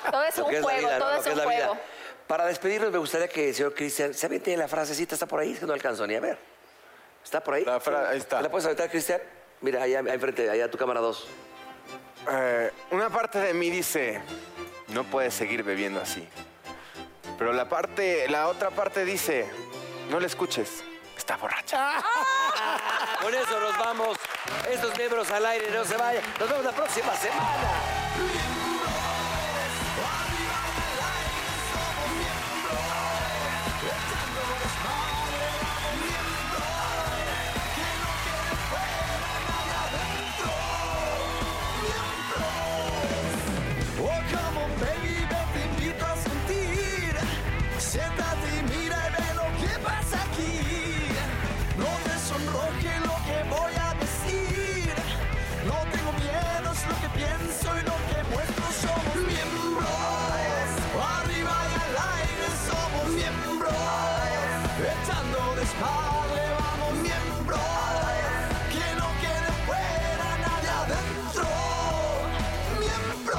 S7: no. Todo es
S2: Lo
S7: un
S2: que es la
S7: juego,
S2: vida, ¿no?
S7: todo
S2: Lo
S7: es
S2: que
S7: un
S2: es la vida.
S7: juego.
S2: Para despedirnos, me gustaría que el señor Cristian se aviente la frasecita, está por ahí, que no alcanzó ni a ver. ¿Está por ahí? La ahí está. ¿La puedes aventar, Cristian? Mira, allá, ahí enfrente, allá tu cámara 2.
S5: Eh, una parte de mí dice, no puedes seguir bebiendo así. Pero la parte, la otra parte dice, no le escuches, está borracha.
S8: Con eso nos vamos. Estos miembros al aire, no se vayan. Nos vemos la próxima semana.
S9: Oh, come on, baby, yo te invito a sentir. Siéntate y mira y ve lo que pasa aquí. No te sonroje lo que voy a decir. No tengo miedo, es lo que pienso y lo que muestro. Somos miembros. Arriba y al aire somos miembros. Echando desmadre, vamos miembros. Que no quede fuera nadie adentro. Miembros.